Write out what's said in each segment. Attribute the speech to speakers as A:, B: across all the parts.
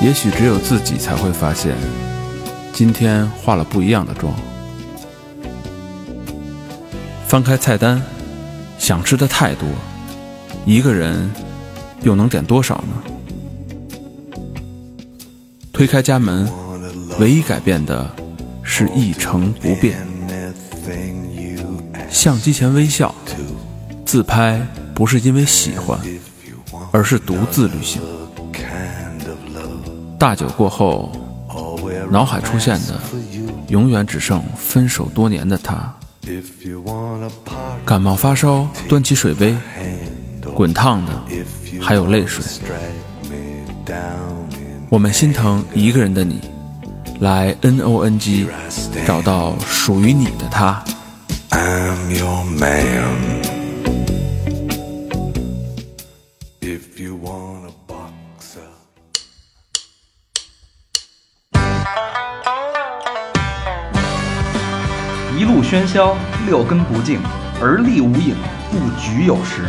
A: 也许只有自己才会发现，今天化了不一样的妆。翻开菜单，想吃的太多，一个人又能点多少呢？推开家门，唯一改变的是一成不变。相机前微笑，自拍不是因为喜欢，而是独自旅行。大酒过后，脑海出现的永远只剩分手多年的他。感冒发烧，端起水杯，滚烫的还有泪水。我们心疼一个人的你，来 N O N G，找到属于你的他。
B: I'm your man. If you want a boxer.
C: 一路喧嚣，六根不净，而立无影，不局有时。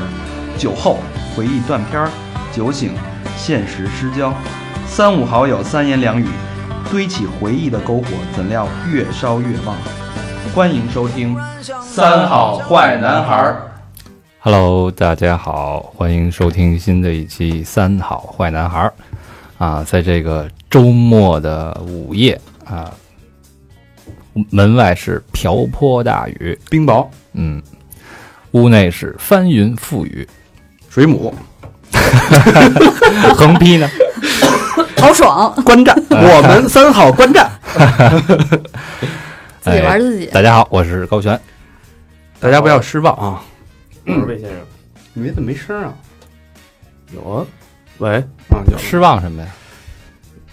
C: 酒后回忆断片儿，酒醒现实失焦。三五好友三言两语，堆起回忆的篝火，怎料越烧越旺。欢迎收听《三好坏男孩儿
D: Hello，大家好，欢迎收听新的一期《三好坏男孩》儿》啊，在这个周末的午夜啊，门外是瓢泼大雨，
E: 冰雹、
D: 嗯，屋内是翻云覆雨，
E: 水母、
D: 横批呢？
F: 豪爽，
E: 观战，我们三好观战。
F: 自己玩自己。
D: 大家好，我是高璇，
E: 大家不要失望啊！
G: 我是魏先生。
E: 你们怎么没声啊？
G: 有啊，喂，
E: 啊，有
D: 失望什么呀？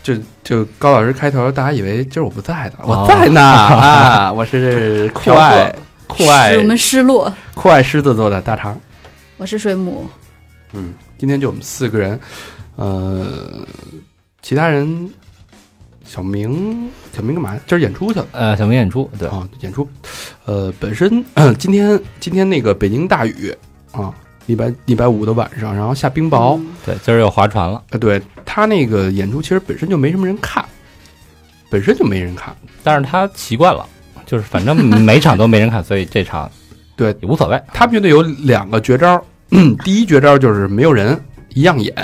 E: 就就高老师开头，大家以为今儿我不在呢，
D: 哦
E: 我 在呢啊！我是酷爱酷爱
F: 是我们失落，
E: 酷爱狮子座的大肠。
F: 我是水母，
E: 嗯，今天就我们四个人，呃，其他人小明小明干嘛？今儿演出去了。
D: 呃，小明演出对，
E: 啊，演出，呃，本身 今天今天那个北京大雨啊，礼拜礼拜五的晚上，然后下冰雹，
F: 嗯
D: 对，今儿又划船了，
E: 啊，对他那个演出其实本身就没什么人看，本身就没人看，
D: 但是他习惯了，就是反正每场都没人看，所以这场
E: 对
D: 也无所谓。
E: 他们乐队有两个绝招， 第一绝招就是没有人一样演，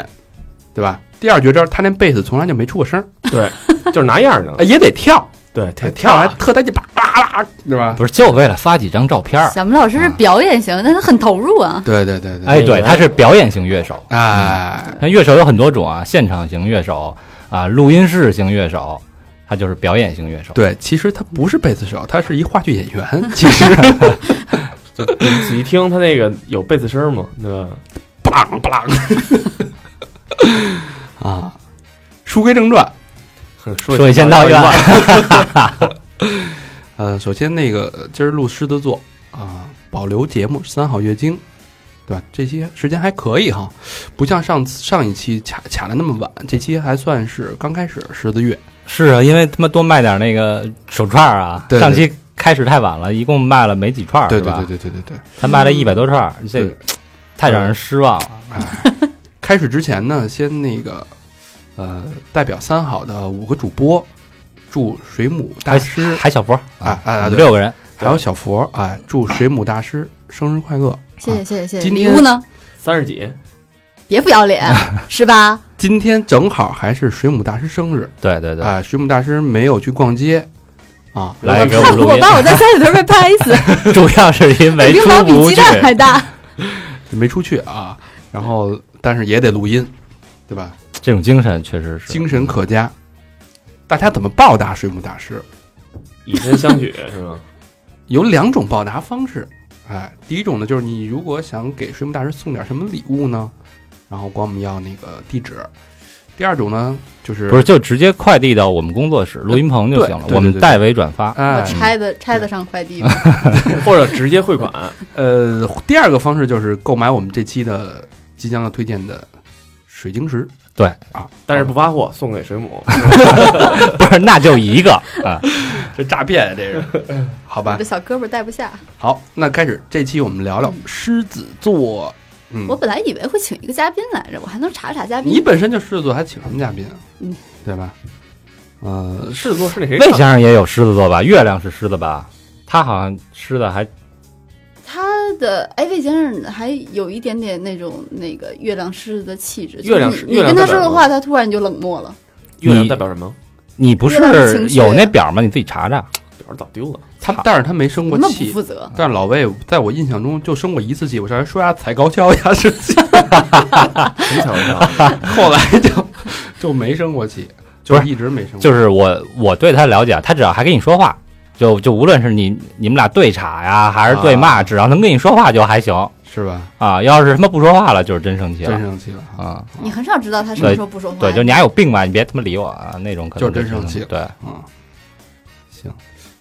E: 对吧？第二绝招，他连贝斯从来就没出过声，
G: 对，就是拿样儿呢
E: 啊，。也得跳，哎
G: 对，啊他
E: 跳还特带劲，啪啦啦，对吧？
D: 不是就为了发几张照片儿，
F: 小明老师是表演型，但他很投入啊。
E: 对对对对，
D: 哎，对，他是表演型乐手。
E: 哎，
D: 那乐手有很多种啊，现场型乐手啊，录音室型乐手，他就是表演型乐手。
E: 对，其实他不是贝斯手，他是一话剧演 员，其实。
G: 你仔细听，他那个有贝斯声嘛，对吧？
E: 不啷不啷。 啊，书归正传，
G: 很说
D: 说一千道一万，
E: 呃，首先那个呃今儿录狮子座啊，保留节目三好月经，对吧？这期时间还可以哈，不像上次上一期卡卡的那么晚，这期还算是刚开始狮子月，
D: 是啊，因为他妈多卖点那个手串儿啊，
E: 对对
D: 上期开始太晚了，一共卖了没几串儿，
E: 对
D: 是
E: 对
D: 吧
E: 对？对对对对。
D: 他卖了一百多串儿，这
E: 对
D: 太让人失望了。
E: 开始之前呢，先那个呃，代表三好的五个主播，祝水母大
D: 还
E: 师
D: 还小佛
E: 啊啊啊对
D: 六个人，
E: 还有小佛啊，祝水母大师生日快乐！
F: 谢谢谢谢谢谢。
E: 啊今
F: 礼
E: 天
F: 物呢？
G: 三十几，
F: 别不要脸，是吧？
E: 今天正好还是水母大师生日，
D: 对对对，
E: 啊，水母大师没有去逛街啊，
D: 来给我 们录
F: 我怕我
D: 音，
F: 在家里头被拍 死，
D: 主要是因 为
F: 冰
D: 出
F: 雹比
D: 不
F: 鸡
D: 去，
F: 蛋还大。
E: 没出去啊，然后但是也得录音，对吧？
D: 这种精神确实是
E: 精神可嘉。大家怎么报答水母大师？
G: 以身相许是吗？
E: 有两种报答方式，哎，第一种呢就是你如果想给水母大师送点什么礼物呢，然后管我们要那个地址；第二种呢就是
D: 不是就直接快递到我们工作室录音棚就行了
E: 对，对
D: 我们
E: 对对
D: 代为转发。
F: 我
E: 哎
F: 拆的拆得上快递吗？
G: 或者直接汇款，
E: 呃，第二个方式就是购买我们这期的即将要推荐的水晶石。
G: 但是不发货，送给水母。
D: 不是，那就一 个啊，
E: 这诈骗啊，这是，好吧
F: 我这？小胳膊带不下。
E: 好，那开始这期我们聊聊狮子座嗯
F: 我本来以为会请一个嘉宾来着，我还能查查嘉宾。
E: 你本身就狮子座，还请什么嘉宾？啊
F: 嗯，
E: 对吧？呃，
G: 狮子座是那谁
D: 魏
G: 唱的？
D: 先生也有狮子座吧？月亮是狮子吧？他好像狮子还
F: 他的哎，魏先生还有一点点那种那个月亮狮子的气质。就是
G: 月亮
F: 你
G: 狮
F: 你
G: 月亮
F: 跟他
G: 代
F: 说
G: 表
F: 的
G: 吗
F: 话，他突然就冷漠了。
G: 月亮代表什么？
D: 你不
F: 月亮是情
D: 是
F: 绪
D: 有那表吗？你自己查查。
E: 嗯
G: 表示早丢了。
E: 他但是他没生过
F: 那么不
E: 气，
F: 负责，
E: 但是老魏在我印象中就生过一次气，我上人说他踩高跷呀，生气，
G: 什么情况下？
E: 后来就就没生过气，就
D: 不是
E: 一直没生过气，
D: 就是我我对他了解，他只要还跟你说话，就就无论是你你们俩对岔呀，还是对
E: 啊
D: 骂，只要能跟你说话就还行
E: 是吧？
D: 啊。要是他妈不说话了，就是真生气
E: 真
D: 了
E: 生气了啊！
D: 啊。
F: 你很少知道他什么时候不说话。
D: 对，就你还有病吧，你别他妈理我啊那种，可能
E: 就是真
D: 生
E: 生气
D: 对，
E: 啊，行，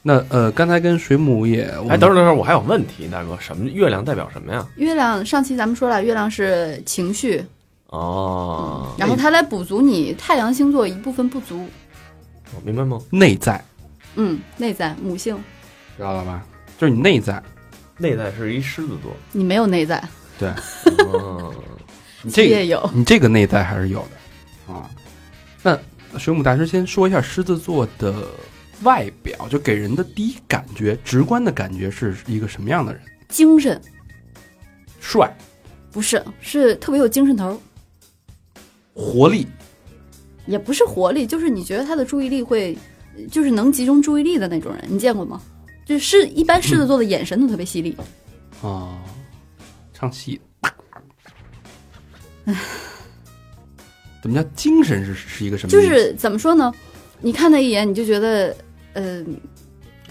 E: 那呃，刚才跟水母也，我们
G: 哎，等会儿等会儿，我还有问题，大哥，什么月亮代表什么呀？
F: 月亮上期咱们说了，月亮是情绪，
D: 啊
G: 哦，
F: 然后它来补足你太阳星座一部分不足。
G: 我哦明白吗？
E: 内在，
F: 嗯，内在母性，
E: 知道了吧？就是你内在，
G: 内在是一狮子 座。
F: 你没有内在，
G: 哦，
E: 你
F: 你
E: 这个
F: 也有。
E: 你这个内在还是有的啊。那水母大师先说一下狮子座的外表，就给人的第一感觉、直观的感觉是一个什么样的人？
F: 精神
E: 帅、
F: 不是，是特别有精神头儿，
E: 活力，
F: 也不是活力，就是你觉得他的注意力会，就是能集中注意力的那种人，你见过吗？就是一般狮子座的眼神都特别犀利，
E: 啊，唱戏，怎么叫精神是是一个
D: 嗯
E: 什么意
F: 就
E: 思？
F: 是怎么说呢？你看他一眼，你就觉得，呃，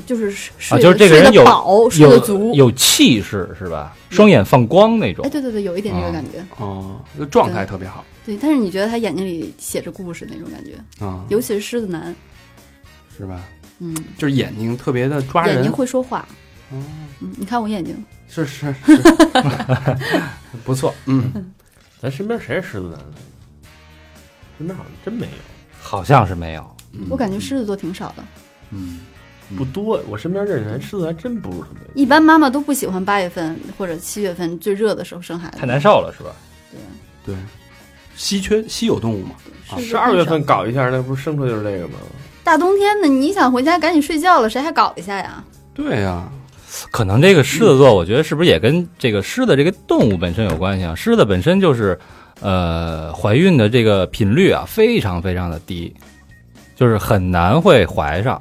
F: 就是睡、
D: 啊就是这个人
F: 睡
D: 有
F: 得饱，睡得足
D: 有，有气势是吧？双眼放光那种
F: 哎，。对对对，有一点这
D: 啊
F: 个感觉。
E: 哦，就状态特别好
F: 对，但是你觉得他眼睛里写着故事那种感觉，
E: 啊，
F: 尤其是狮子男，
E: 是吧？
F: 嗯，
E: 就是眼睛特别的抓
F: 眼睛
E: 人，
F: 会说话。
E: 哦
F: 嗯，你看我眼睛，
E: 是是 是，不错，嗯。
G: 咱身边谁是狮子男的？身边好像真没有，
D: 好像是没有，
F: 我感觉狮子座挺少的，
E: 嗯，
G: 不多。我身边认识人，狮子还真不是特别多。
F: 一般妈妈都不喜欢八月份或者七月份最热的时候生孩子，
D: 太难受了是吧？
E: 对，稀缺稀有动物嘛，
F: 狮子
G: 啊十
F: 座
G: 二
F: 很
G: 月
F: 少
G: 份搞一下，那不是生出来就是这个吗？
F: 大冬天的，你想回家赶紧睡觉了，谁还搞一下呀？
E: 对呀、
D: 可能这个狮子座，我觉得是不是也跟这个狮子这个动物本身有关系啊？狮子本身就是，呃，怀孕的这个频率啊，非常非常的低，就是很难会怀上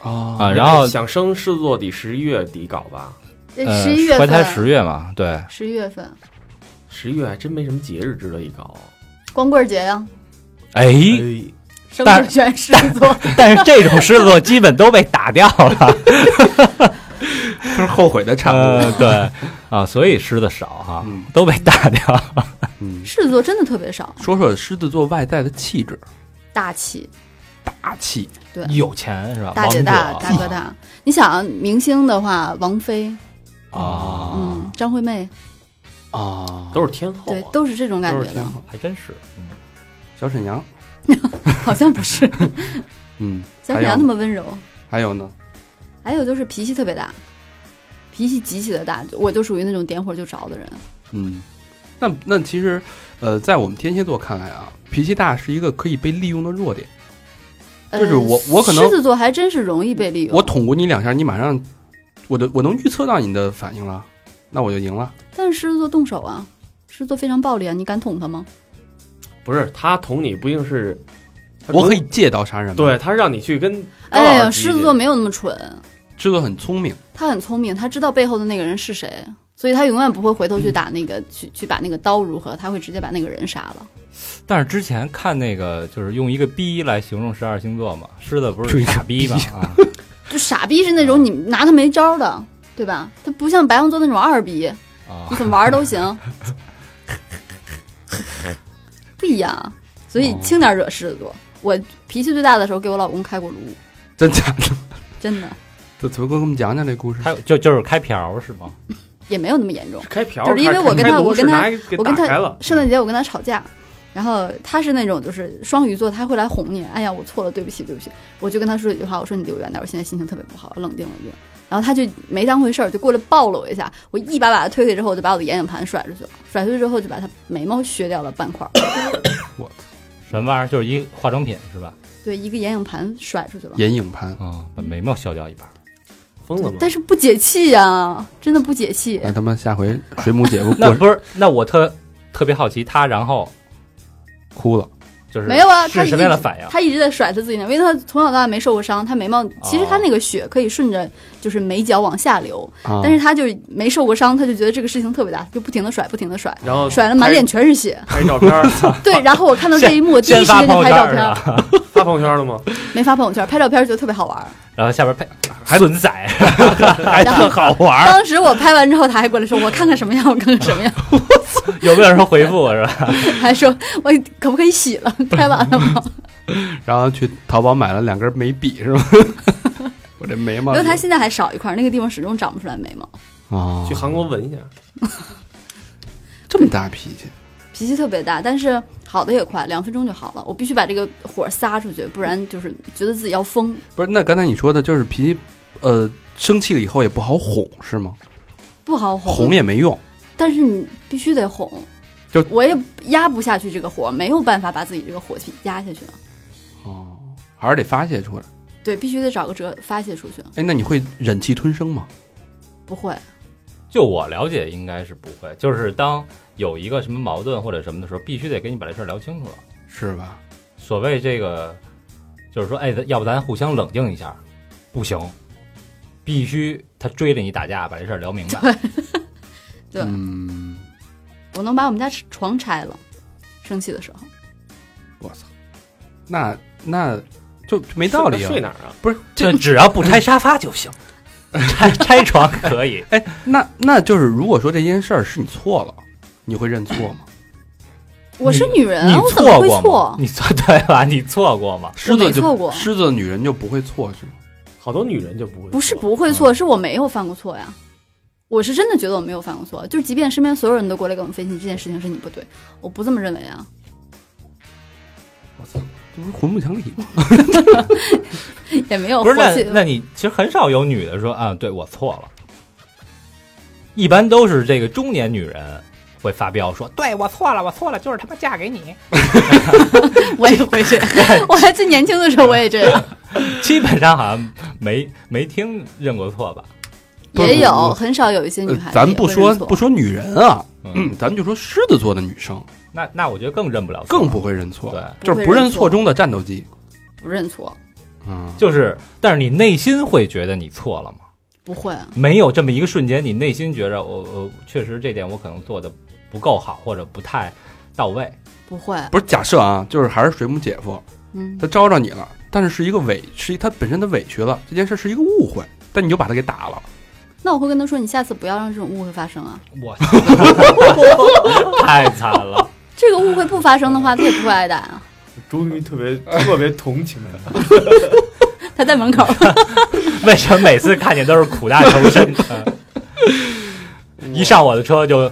E: 啊
G: 哦
D: 啊。然后
G: 想生狮子座得十一月底搞吧，
F: 这
D: 呃
F: 十一月
D: 怀胎
F: 份，
D: 十月嘛，对，
F: 十一月份
G: 十一月还真没什么节日值得一搞。
F: 光棍节呀，
D: 哎，
G: 哎，
F: 生
D: 但
F: 日全狮子座，
D: 但是这种狮子座基本都被打掉了，
E: 就是 后悔的产物。
D: 呃， 对啊，所以狮子少哈
E: 嗯，
D: 都被打掉。
E: 嗯，
F: 狮子座真的特别少，
E: 说说狮子座外在的气质，
F: 大气，
E: 大气，
F: 对，
D: 有钱是吧？
F: 大姐大，大哥
D: 啊
F: 大。你想啊明星的话，王菲，
D: 啊，
F: 嗯，张惠妹，
E: 啊，
G: 都是天后
F: 对
G: 啊，，
F: 都是这种感
E: 都
F: 觉
E: 是
F: 的
E: 挺，好。
D: 还真是，嗯
E: 小沈阳，
F: 好像不是。
E: 嗯，
F: 小沈阳那么温柔，
E: 还有呢，
F: 还有就是脾气特别大，脾气极其的大，我就属于那种点火就着的人。
E: 嗯，那那其实，呃，在我们天蝎座看来啊，脾气大是一个可以被利用的弱点。就是
F: 呃
E: 我我可能
F: 狮子座还真是容易被利用，
E: 我捅咕你两下，你马上，我的我能预测到你的反应了，那我就赢了。
F: 但是狮子座动手啊，狮子座非常暴力啊，你敢捅他吗？
G: 不是他捅你不一定是，他
E: 我
G: 捅
E: 可以借刀杀人吗。
G: 对，他让你去跟高
F: 哎
G: 老
F: 呀，
G: 师
F: 狮子座没有那么蠢，
E: 狮子座很聪明，
F: 他很聪明，他知道背后的那个人是谁，所以他永远不会回头去打那个、去去把那个刀如何，他会直接把那个人杀了。
D: 但是之前看那个，就是用一个“逼”来形容十二星座嘛，狮子不是傻逼 嘛？啊，
F: 就傻逼是那种你拿他没招儿的，对吧？他不像白羊座那种二逼，你
D: 啊
F: 怎么玩儿都行，不一样。啊所以轻点儿惹狮子座。我脾气最大的时候给我老公开过颅，
E: 真假的？
F: 真的
E: 这怎么给我们讲讲这故事？
D: 还有就就是开瓢是吗？
F: 也没有那么严重
G: 是。开瓢，
F: 就是因为
G: 开
F: 我跟
G: 开
F: 他
G: 炉
F: 我
G: 是
F: 跟他
G: 拿一给
F: 我跟
G: 打开
F: 他
G: 了，
F: 圣诞节我跟他吵架，然后他是那种就是双鱼座，他会来哄你，哎呀我错了，对不起对不起，我就跟他说一句话，我说你离我远点，我现在心情特别不好，冷静冷静。然后他就没当回事儿，就过来抱了我一下，我一把把他推开之后，我就把我的眼影盘甩出去了，甩出去之后就把他眉毛削掉了半块儿，
D: 什么玩意儿？就是一化妆品是吧？
F: 对，一个眼影盘甩出去了，
E: 眼影盘，
D: 啊，把眉毛削掉一半儿。
G: 疯了吗？
F: 但是不解气呀、真的不解气
E: 那。他妈下回水母姐夫
D: 那
E: 过
D: 不是？那我特特别好奇，他然后
E: 哭了，
D: 就是
F: 没有啊，他
D: 是什
F: 一直
D: 么样的反应？
F: 他一直在甩他自己的，因为他从小到大没受过伤，他眉毛其实他
E: 哦
F: 那个血可以顺着就是眉角往下流，
E: 啊
F: 但是他就没受过伤，他就觉得这个事情特别大，就不停的甩，不停的甩，
G: 然后
D: 哦
F: 甩了满脸全是血。
G: 拍照 片儿，
F: 对，然后我看到这一幕，我第一
D: 先
F: 时
D: 发
F: 间
D: 朋
F: 就
D: 友
F: 拍
D: 圈
F: 照
D: 儿是
F: 片儿，
D: 吧？
G: 发朋友圈了吗？
F: 没发朋友圈，拍照片觉得特别好玩儿。
D: 然后下边配损仔，还特好玩儿。
F: 当时我拍完之后，他还过来说：“我看看什么样，我看看什么样。
D: 有没有人回复我是吧？”
F: 还说：“我可不可以洗 了？拍完了吗
E: 然后去淘宝买了两根眉笔 是吗？我这眉？”毛
F: 因为他现在还少一块儿，那个地方始终长不出来眉毛，
E: 啊，
G: 去韩国闻一下，
E: 这么大脾气，
F: 脾气特别大，但是好的也快，两分钟就好了。我必须把这个火撒出去，不然就是觉得自己要疯。
E: 不是？那刚才你说的就是脾气，呃，生气了以后也不好哄是吗？
F: 不好
E: 哄也没用，
F: 但是你必须得哄，
E: 就
F: 我也压不下去这个火，没有办法把自己这个火气压下去了。
E: 哦，还是得发泄出来。
F: 对，必须得找个辙发泄出去。
E: 哎，那你会忍气吞声吗？
F: 不会，
D: 就我了解，应该是不会。就是当有一个什么矛盾或者什么的时候，必须得跟你把这事儿聊清楚了。
E: 是吧？
D: 所谓这个，就是说，哎，咱要不咱互相冷静一下，不行，必须他追着你打架，把这事儿聊明白。
F: 对、
E: 嗯，
F: 我能把我们家床拆了，生气的时候。
E: 我操，那那就就没道理啊
G: 睡！哪儿啊？
E: 不是
D: 就只要不拆沙发就 行，拆拆床可以。
E: 哎，那那就是如果说这件事儿是你错了，你会认错吗？
F: 我是女人
D: 你
F: 啊，我怎么
D: 错
F: 会
D: 过吗
F: 错？？
D: 你错 对吧？你错过吗？
E: 狮子
F: 没错
E: 就
F: 过
E: 狮子的女人就不会错是吗？
G: 好多女人就不会，
F: 不是，不会错，是我没有犯过错呀。我是真的觉得我没有犯过错，就是即便身边所有人都过来跟我分析这件事情是你不对，我不这么认为啊。
E: 我操，这不是魂不强理吗？
F: 也没有
D: 不是，
F: 火
D: 那
F: 气，
D: 那你其实很少有女的说啊，对我错了。一般都是这个中年女人会发飙说，对我错了，我错了，就是他妈嫁给你。
F: 我也会这样。我还记得年轻的时候我也 这样，
D: 基本上好像没没听认过错吧？
E: 不是
F: 也
E: 不
F: 有
E: 是
F: 很少有一些女
D: 呃
F: 孩子也会认错、
E: 呃咱不说不说女人啊，
D: 嗯，
E: 嗯，咱们就说狮子座的女生
D: 那那我觉得更认不了错了，
E: 更不会认错，
D: 对，
E: 就是不认错中的战斗机。
F: 不认错，
E: 嗯，
D: 就是，但是你内心会觉得你错了吗？
F: 不会啊。
D: 没有这么一个瞬间，你内心觉着我我确实这点我可能做的不够好，或者不太到位。
F: 不会，
E: 不是假设啊，就是还是水母姐夫，
F: 嗯，
E: 他招着你了，但是是一个委，是一他本身的委屈了，这件事是一个误会，但你就把他给打了，
F: 那我会跟他说，你下次不要让这种误会发生啊。
D: 我太惨了。
F: 这个误会不发生的话，他也不会挨打啊。
G: 终于特别特别同情了。
F: 他在门口，
D: 为什么每次看见都是苦大仇深？嗯一上我的车就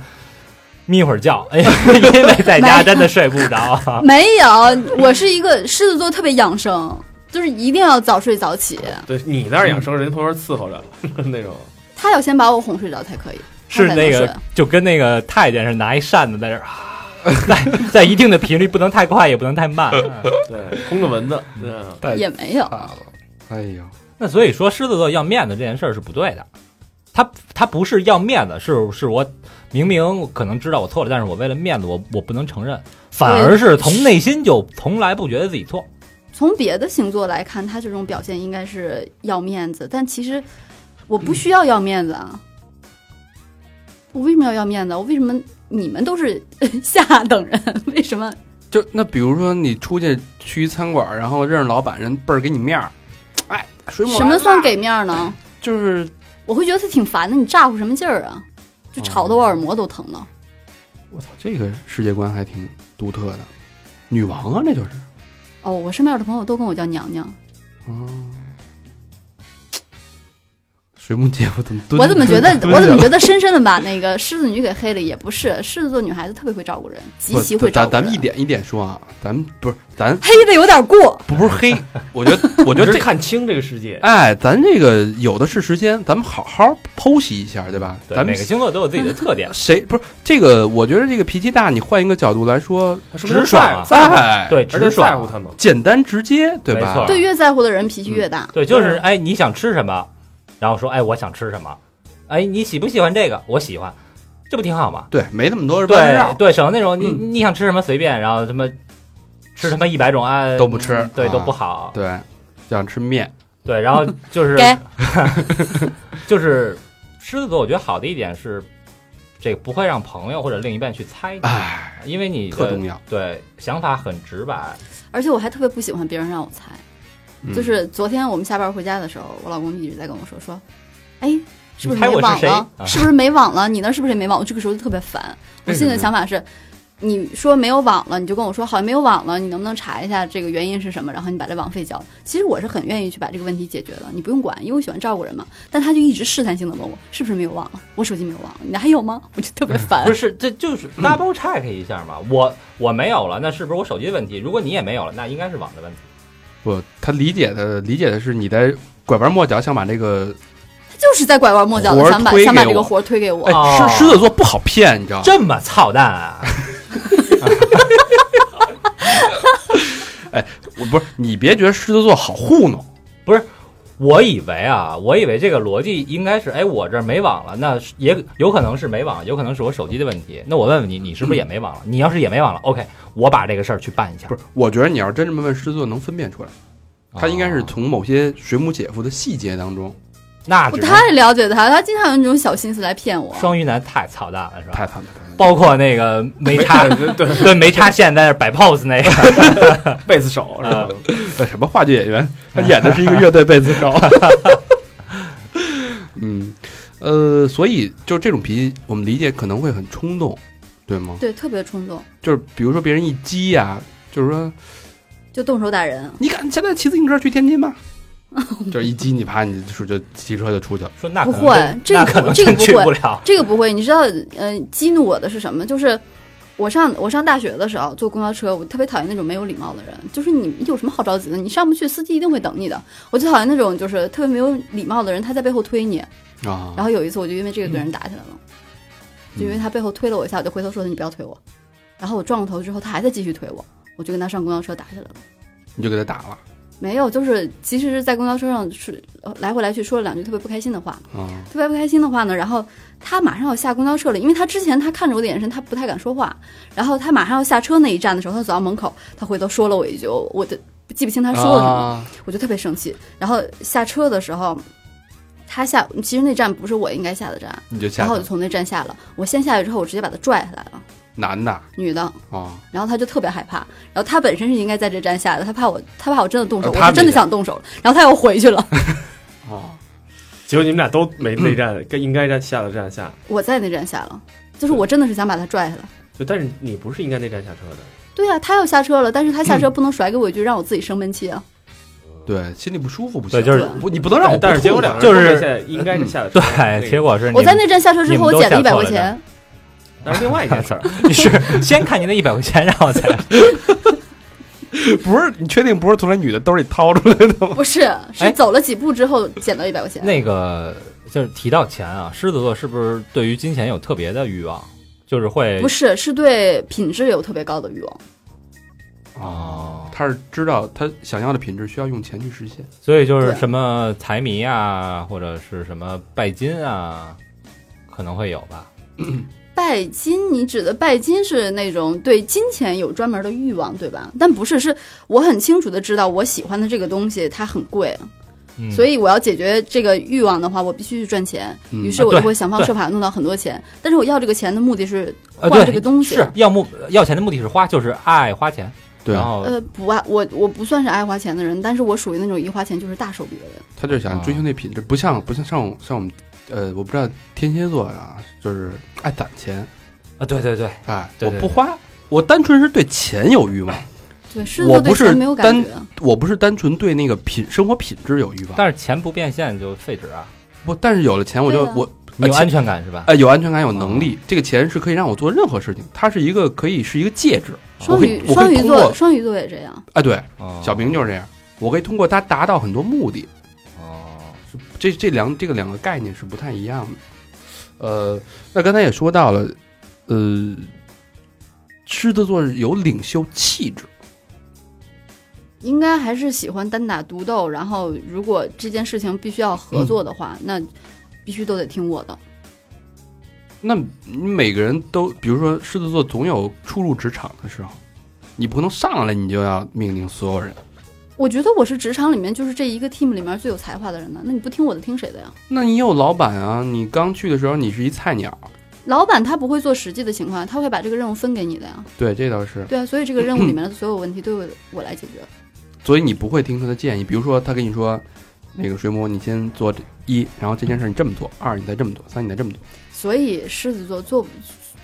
D: 眯会儿觉，哎呀，因为在家真的睡不着。 啊
F: 没有，我是一个狮子座，特别养生，就是一定要早睡早起。
G: 对你那儿养生，人家旁边伺候着 那种，
F: 他要先把我哄睡着才可以。
D: 是
F: 他才
D: 那
F: 能
D: 个
F: 睡，
D: 就跟那个太监是拿一扇子在这儿啊，在在一定的频率，不能太快，也不能太慢。
G: 对，空着蚊子，对啊，
E: 带
F: 也没有，
E: 打了。哎呀，
D: 那所以说，狮子座要面子这件事儿是不对的。他他不是要面子，是是我明明可能知道我错了，但是我为了面子，我我不能承认，反而是从内心就从来不觉得自己错。
F: 从别的星座来看，他这种表现应该是要面子，但其实我不需要要面子啊。我为什么要要面子？我为什么你们都是 下等人？为什么？
E: 就那比如说你出去去一餐馆，然后认识老板，人倍儿给你面儿，哎，水母来
F: 什么
E: 了
F: 算给面儿呢？
E: 就是
F: 我会觉得他挺烦的，你咋呼什么劲儿啊？就吵
E: 哦
F: 得我耳膜都疼了。
E: 我操，这个世界观还挺独特的，女王啊，那就是。
F: 哦，我身边的朋友都跟我叫娘娘，
E: 哦，嗯水母姐夫怎么蹲？
F: 我怎么觉得，我怎么觉得深深的把那个狮子女给黑了？也不是，狮子座女孩子特别会照顾人，极
E: 不
F: 其会照
E: 咱
F: 顾人。
E: 咱们一点一点说啊，咱们不是咱
F: 黑的有点过，
E: 不是黑，我觉得我
G: 我
E: 觉得这
G: 是看清这个世界。
E: 哎，咱这个有的是时间，咱们好好剖析一下，对吧？
D: 对
E: 咱们，
D: 每个星座都有自己的特点
E: 谁不是这个？我觉得这个脾气大，你换一个角度来说，
G: 他是不是
D: 直爽啊，
E: 哎，，
D: 对，
G: 而且
D: 直
G: 在乎
D: 爽，
G: 他吗？
E: 简单直接，对吧？
D: 没错
F: 对，越在乎的人
E: 嗯
F: 脾气越大。
D: 对，就是哎，你想吃什么，然后说哎，我想吃什么，哎，你喜不喜欢这个？我喜欢，这不挺好吗？
E: 对，没那么多人弯
D: 对
E: 绕，
D: 对，省得那种你你想吃什么随便，然后他妈吃他妈一百种啊
E: 都不吃
D: 对，
E: 啊
D: 都不好，
E: 对，想吃面，
D: 对，然后就是
F: 该
D: 就是狮子座，我觉得好的一点是，这个不会让朋友或者另一半去猜你，
E: 哎，
D: 因为你的
E: 特重要。
D: 对想法很直白，
F: 而且我还特别不喜欢别人让我猜。
E: 嗯
F: 就是昨天我们下班回家的时候，我老公一直在跟我说说，哎，是不
D: 你
F: 是
D: 猜
F: 没
D: 我是
F: 网
D: 谁
F: 了？
D: 啊
F: 是不是没网了？你那儿是不是也没网？我这个时候就特别烦。我
E: 为什
F: 心
E: 么
F: 里的
E: 呀
F: 想法是，你说没有网了，你就跟我说好像没有网了，你能不能查一下这个原因是什么？然后你把这网费交了。其实我是很愿意去把这个问题解决的，你不用管，因为我喜欢照顾人嘛。但他就一直试探性的问我是不是没有网了，我手机没有网了，你还有吗？我就特别烦
D: 不。是这就是 double check 一下嘛，我我没有了，那是不是我手机的问题？如果你也没有了，那应该是网的问
E: 啊
D: 题。
E: 不，他理解的理解的是你在拐弯抹角想把这个，
F: 他就是在拐弯抹角
E: 活
F: 的
E: 儿
F: 想把
E: 推
F: 想把
E: 给
F: 这个
E: 我
F: 活儿推给我。
D: 哦
E: 哎，狮狮子座不好骗，你知道吗？
D: 这么操蛋啊！
E: 我不是你别觉得狮子座好糊弄，
D: 我以为啊，我以为这个逻辑应该是，哎，我这儿没网了，那是也有可能是没网，有可能是我手机的问题。那我问问你，你是不是也没网了？你要是也没网了，OK，我把这个事儿去办一下
E: 不。是？我觉得你要真这么问狮子座，能分辨出来，他应该是
D: 哦
E: 从某些水母姐夫的细节当中
D: 那
F: 我
D: 只能
F: 太了解他，他经常用这种小心思来骗我。
D: 双鱼男太操蛋了，是吧？
E: 太惨了。
D: 包括那个没插对对没插线在那儿摆 pose 那个，
G: 贝斯手是吧？
E: 呃，什么话剧演员？他演的是一个乐队贝斯 手。嗯，呃，所以就这种脾气，我们理解可能会很冲动，对吗？
F: 对，特别冲动，
E: 就是比如说别人一激呀、就是说
F: 就动手打人。
E: 你敢现在骑自行车去 天津吗？就是一激你，啪，你就是就骑车就出去了。
D: 说那可
F: 不
D: 能
F: 会
D: 真
F: 这个
D: 那可能
F: 这个
D: 真
F: 不
D: 去
F: 会
D: 不了。
F: 这个不会，你知道，呃，激怒我的是什么？就是我上我上大学的时候坐公交车，我特别讨厌那种没有礼貌的人。就是你有什么好着急的？你上不去，司机一定会等你的。我就讨厌那种就是特别没有礼貌的人，他在背后推你。
E: 啊，
F: 然后有一次我就因为这个跟人打起来了，就因为他背后推了我一下，我就回头说他你不要推我。然后我转过头之后，他还在继续推我，我就跟他上公交车打起来了。
E: 你就给他打了
F: 没有，就是其实是在公交车上是呃来回来去说了两句特别不开心的话。
E: 啊，
F: 特别不开心的话呢，然后他马上要下公交车了，因为他之前他看着我的眼神，他不太敢说话。然后他马上要下车那一站的时候，他走到门口，他回头说了我一句，我我就记不清他说了什么，
E: 啊
F: 我就特别生气。然后下车的时候，他下嗯其实那站不是我应该下的站，
E: 你就下
F: 然后我
E: 去
F: 就从那站下了。我先下去之后，我直接把他拽下来了，
E: 男的
F: 女的。
E: 啊，
F: 然后他就特别害怕，然后他本身是应该在这站下的，他怕我，他怕我真的动手，
E: 呃
F: 我
E: 他
F: 是真
E: 没
F: 的想动手了，然后他又回去了，
G: 啊结果你们俩都没内战，该应该站下的站下。
F: 我在那站下了，就是我真的是想把他拽下来。
G: 就但是你不是应该内站下车的，
F: 对呀、他要下车了，但是他下
D: 嗯
F: 车不能甩给我一句让我自己生闷气啊！
E: 对，心里不舒服不行。
D: 对，就是
E: 不，你不能让我
G: 但是
E: 不
G: 结
E: 痛
G: 果
E: 快
G: 两
D: 就
G: 个人都
D: 是
G: 没下应该是下的车。那
D: 对，
G: 个
D: 结果是你
F: 我在那站下车之
D: 你
F: 后，
D: 们
F: 我
D: 都
F: 捡
D: 下
F: 一百
D: 错
F: 块
D: 了
F: 钱，
G: 但是另 外一件事儿，
D: 你 是先看你那一百块钱，然后再
E: 不是，你确定不是从那女的兜里掏出来的吗？
F: 不是，
D: 哎
F: 是走了几步之后捡到一百块钱。
D: 那个就是提到钱啊，狮子座是不是对于金钱有特别的欲望？就是会
F: 不是，是对品质有特别高的欲望。
D: 哦，
E: 他是知道他想要的品质需要用钱去实现。
D: 所以就是
F: 对
D: 什么财迷啊，或者是什么拜金啊，可能会有吧。
F: 拜金，你指的拜金是那种对金钱有专门的欲望，对吧？但不是，是我很清楚的知道我喜欢的这个东西它很贵，
D: 嗯、
F: 所以我要解决这个欲望的话，我必须去赚钱。
E: 嗯
F: 于是
D: 啊
F: 我就
D: 对
F: 会想方
D: 对
F: 设法弄到很多钱，但是我要这个钱的目的是
D: 呃，
F: 换
D: 对
F: 这个东西。
D: 是要目要钱的目的是花，就是爱花钱。
E: 对
D: 然
E: 啊，
D: 后、
F: 呃，不爱我，我不算是爱花钱的人，但是我属于那种一花钱就是大手笔的人。
E: 他就是想追求那品质，不像不像像我像我们，呃，我不知道天蝎座啊，就是爱攒钱，
D: 啊，对对对，
E: 哎，
D: 对对
E: 我不花，我单纯是对钱有欲望，
F: 对，狮子座对钱没有感觉。
E: 我不是单纯对那个品生活品质有欲望。
D: 但是钱不变现就废纸啊。
E: 不，但是有了钱我就
F: 对啊
E: 我
D: 你有
E: 而且
D: 安全感是吧？
E: 哎，有安全感，有能力，这个钱是可以让我做任何事情，它是一个可以是一个介质。我
F: 双
E: 可以
F: 鱼，
E: 我可
F: 双
E: 以
F: 鱼
E: 通过
F: 座，双鱼座也这样。
E: 哎，对，
D: 哦
E: 小明就是这样，我可以通过它达到很多目的。
D: 哦，
E: 这这两这个两个概念是不太一样的。呃，那刚才也说到了，呃，狮子座有领袖气质，
F: 应该还是喜欢单打独斗，然后如果这件事情必须要合作的话，那必须都得听我的。
E: 那你每个人都，比如说狮子座总有初入职场的时候，你不能上来你就要命令所有人。
F: 我觉得我是职场里面就是这一个 team 里面最有才华的人呢，那你不听我的，听谁的呀？
E: 那你有老板啊，你刚去的时候你是一菜鸟，
F: 老板他不会做实际的情况，他会把这个任务分给你的呀。
E: 对，这倒是，
F: 对啊，所以这个任务里面的所有问题都由我来解决。
E: 所以你不会听他的建议。比如说他跟你说，那个水母，你先做这一，然后这件事你这么做，二你再这么做，三你再这么做。
F: 所以狮子座做不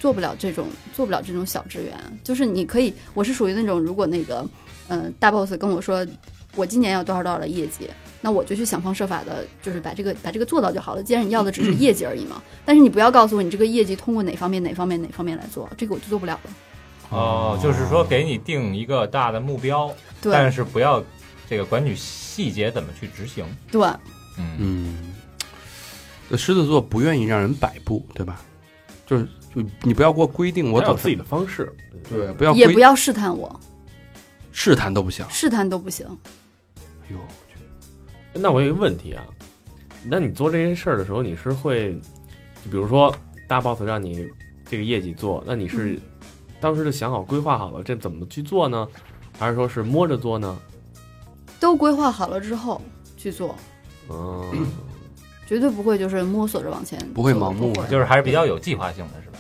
F: 做不了这种做不了这种小职员，就是你可以，我是属于那种如果那个呃大 boss 跟我说我今年要多少多少的业绩，那我就去想方设法的，就是把这个把这个做到就好了。既然你要的只是业绩而已嘛，
E: 嗯
F: 但是你不要告诉我你这个业绩通过哪方面哪方面哪方面来做，这个我就做不了了。
D: 哦，就是说给你定一个大的目标，但
F: 对
D: 是不要这个管你细节怎么去执行。
F: 对，
D: 嗯，
E: 嗯，狮子座不愿意让人摆布，对吧？就是就你不要给我规定我
G: 我有
E: 走
G: 自己的方式，
E: 对，不要
F: 也不
E: 规
F: 要试探我，
E: 试探都不行。
F: 试探都不行。
E: 哎呦，
G: 那我有一个问题啊，那你做这些事儿的时候，你是会，就比如说大 boss 让你这个业绩做，那你是当时就想好规划好了这怎么去做呢？还是说是摸着做呢？
F: 都规划好了之后去做，
G: 嗯，
F: 绝对不会就是摸索着往前，
E: 不会盲目
F: 不会
D: 就是还是比较有计划性的，是吧？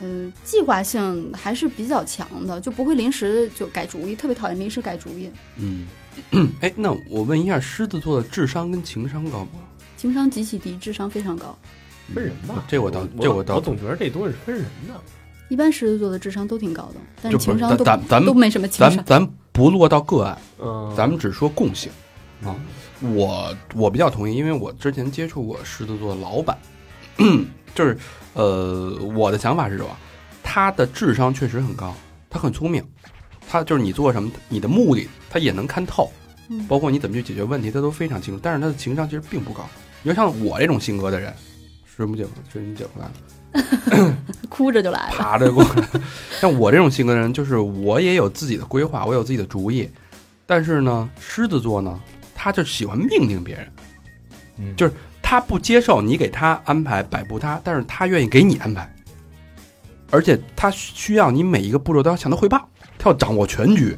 F: 嗯，计划性还是比较强的，就不会临时就改主意，特别讨厌临时改主意，
E: 嗯，哎，那我问一下，狮子座的智商跟情商高吗？
F: 情商极其低，智商非常高。
G: 分人吧，
E: 这我倒
G: 我
E: 这我倒
G: 我总觉得这东西是分人的。
F: 一般狮子座的智商都挺高的，但
E: 这
F: 是
E: 不
F: 情
E: 是
F: 商都
E: 咱咱们
F: 都没什么情
E: 咱
F: 商。
E: 咱不落到个案，
G: 嗯，
E: 咱们只说共性啊。我我比较同意，因为我之前接触过狮子座的老板，就是呃，我的想法是什么？他的智商确实很高，他很聪明，他就是你做什么，你的目的他也能看透，
F: 嗯
E: 包括你怎么去解决问题，他都非常清楚。但是他的情商其实并不高。你要像我这种性格的人，师母姐夫，师母姐夫来了，
F: 哭着就来了。
E: 爬着过 来。像我这种性格的人，就是我也有自己的规划，我有自己的主意。但是呢，狮子座呢，他就喜欢命令别人，
D: 嗯
E: 就是他不接受你给他安排摆布他，但是他愿意给你安排，而且他需要你每一个步骤都要向他汇报，他要掌握全局。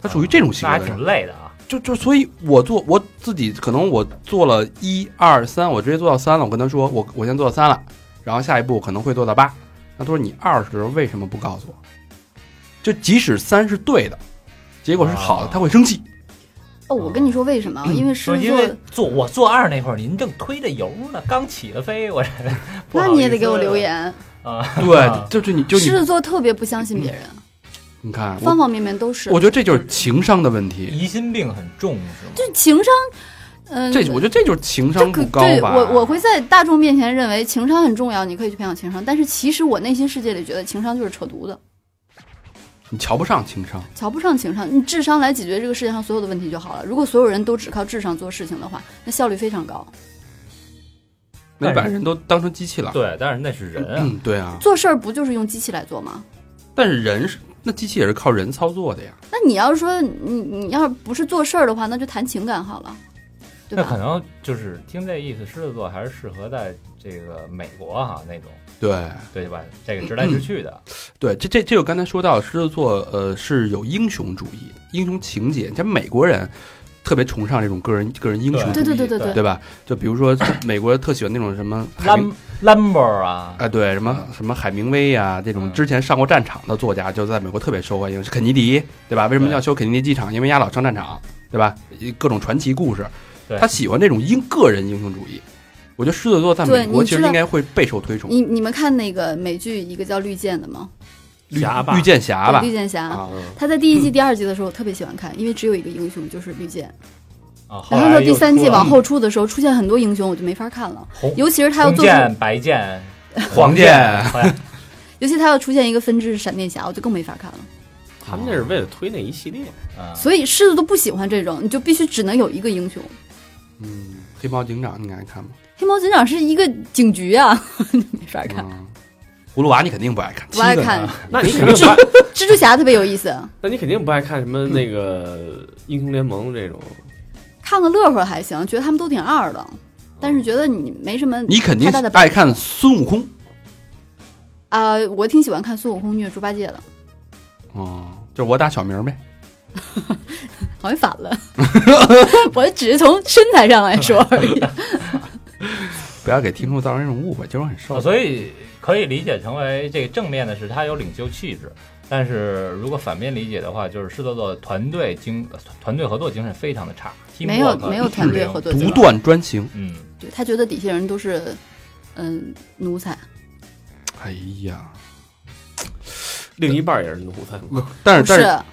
E: 他属于这种性
D: 那还
E: 格的人
D: 挺，累的啊。
E: 就就所以，我做我自己可能我做了一二三，我直接做到三了。我跟他说，我我先做到三了，然后下一步可能会做到八。那他说你二十为什么不告诉我？就即使三是对的，结果是好的，
D: 啊
E: 他会生气。
F: 哦，我跟你说为什么？因为狮
D: 说
F: 子
D: 因为做
F: 座，
D: 我做二那会儿，您正推着油呢，刚起了飞，我这不好意
F: 那
D: 思
F: 你也得给我留言。
D: 啊。啊
E: 对，就是你就
F: 狮
E: 你
F: 子座特别不相信别人，嗯
E: 你看，
F: 方
E: 我
F: 方面面都是。
E: 我觉得这就是情商的问题。
D: 疑心病很重是吗？
F: 就情商，嗯，
E: 这我觉得这就是情商
F: 这
E: 不
F: 个
E: 高
F: 对
E: 吧。
F: 我我会在大众面前认为情商很重要，你可以去培养情商，但是其实我内心世界里觉得情商就是扯犊子，
E: 你瞧不上情商，
F: 瞧不上情商，你智商来解决这个世界上所有的问题就好了。如果所有人都只靠智商做事情的话，那效率非常高，
E: 那你把人都当成机器了。
D: 对，但是那是人啊，
E: 嗯，对啊，
F: 做事儿不就是用机器来做吗？
E: 但是人是那机器也是靠人操作的呀。
F: 那你要是说你你要是不是做事儿的话，那就谈情感好了，对
D: 那可
F: 吧？
D: 能就是听这意思，狮子座还是适合在这个美国哈那种，
E: 对。
D: 对吧？这个直来直去的，
E: 对，这这这就刚才说到狮子座，呃，是有英雄主义、英雄情节。像美国人特别崇尚这种个人个人英雄主
F: 对
E: 义，
F: 对对对
D: 对
F: 对，
E: 吧？就比如说美国人特喜欢那种什么
F: 嗯
E: 海
D: 兰
E: 明
D: 兰博啊，
E: 啊，对，什么什么海明威啊，这种
D: 嗯
E: 之前上过战场的作家，就在美国特别受欢迎。是肯尼迪，对吧？为什么
D: 对
E: 要修肯尼迪机场？因为亚老上战场，对吧？各种传奇故事
D: 对，
E: 他喜欢这种英个人英雄主义。我觉得狮子座在
F: 对
E: 美国
F: 你知
E: 其实
F: 道
E: 应该会备受推崇。
F: 你你们看那个美剧一个叫《绿箭》的吗？
E: 绿
G: 侠吧
E: 绿箭侠吧
F: 对绿，箭侠。
E: 啊，
F: 他在第一季、第二季的时候，我特别喜欢看，因为只有一个英雄，就是绿箭。
D: 啊，后
F: 然后到
D: 来
F: 第
D: 又
F: 三季
D: 出了
F: 往后出的时候，出现很多英雄，我就没法看了。
D: 红
F: 尤其是他要
D: 红
F: 做出，
D: 剑、白 剑、
E: 黄
D: 剑，后来
F: 尤其他要出现一个分支是闪电侠，我就更没法看了。
G: 他们那是为了推那一系列，
D: 啊
F: 所以狮子都不喜欢这种，你就必须只能有一个英雄。
E: 嗯，黑猫警长你爱看吗？
F: 黑猫警长是一个警局啊， 你没法看。
E: 嗯，葫芦娃你肯定不爱看，
F: 不爱
E: 七个呢
F: 看，
G: 那你肯定不爱，
F: 蜘蛛侠特别有意思，
G: 那你肯定不爱看什么那个英雄联盟这种。
F: 看个乐呵还行，觉得他们都挺二的，但是觉得你没什么
E: 你肯定
F: 太大的
E: 爱看孙悟空。
F: 啊、我挺喜欢看孙悟空虐猪八戒的，嗯
E: 哦，就是我打小名呗。
F: 好像反了， 我只是从身材上来说而 已。
E: 不要给听众造成这种误会，就是我很瘦。
D: 啊所以可以理解成为这个正面的是他有领袖气质，但是如果反面理解的话，就是狮子座团队精团队合作精神非常的差，
F: 没有没有团队合
D: 作，
F: 作，
E: 独断专行。
D: 嗯，
F: 对他觉得底下人都是嗯奴才，
E: 哎呀，
G: 另一半也是奴才，
E: 但
F: 不
E: 是但是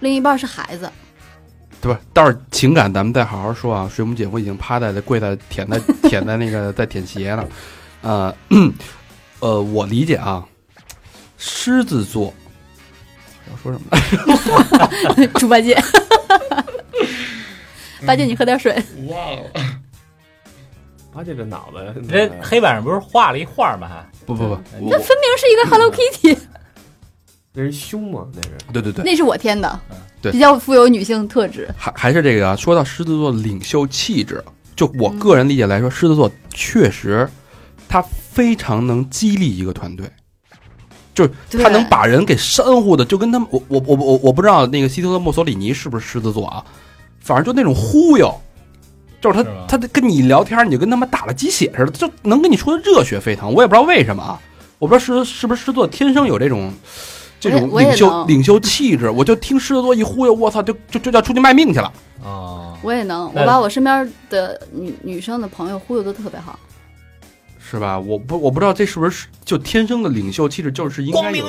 F: 另一半是孩子，
E: 对吧？倒是情感咱们再好好说啊。水母姐夫已经趴在这跪在舔 在舔在那个在舔鞋了。呃 呃，我理解啊，狮子座要说什么呢？
F: 猪八戒。八戒，你喝点水。
G: 八戒这脑袋，
D: 这
E: 嗯
D: 黑板上不是画了一画吗？还
E: 不不不，
F: 这分
E: 我
F: 明是一个 Hello Kitty，
G: 那是胸吗？那是
E: 我对对 对，
F: 那是我添的
D: 嗯，
E: 对
F: 比较富有女性特质。
E: 还还是这个啊。说到狮子座领袖气质，就我个人理解来说，狮子座确实他非常能激励一个团队。
F: 对
E: 他能把人给煽乎的，就跟他们，我我我我我不知道那个希特勒墨索里尼是不是狮子座啊，反正就那种忽悠，就是他
D: 是吗
E: 他跟你聊天，你就跟他妈打了鸡血似的，就能跟你说的热血沸腾。我也不知道为什么啊，我不知道是是不是狮子座天生有这种这种
F: 我也我
E: 领
F: 也
E: 袖
F: 能
E: 领袖气质，我就听狮子座一忽悠，我操，就就就要出去卖命去了。
D: 哦，
F: 我也能，
D: 那
F: 我把我身边的女女生的朋友忽悠的特别好。
E: 是吧？我不我不知道这是不是就天生的领袖气质，就是应该有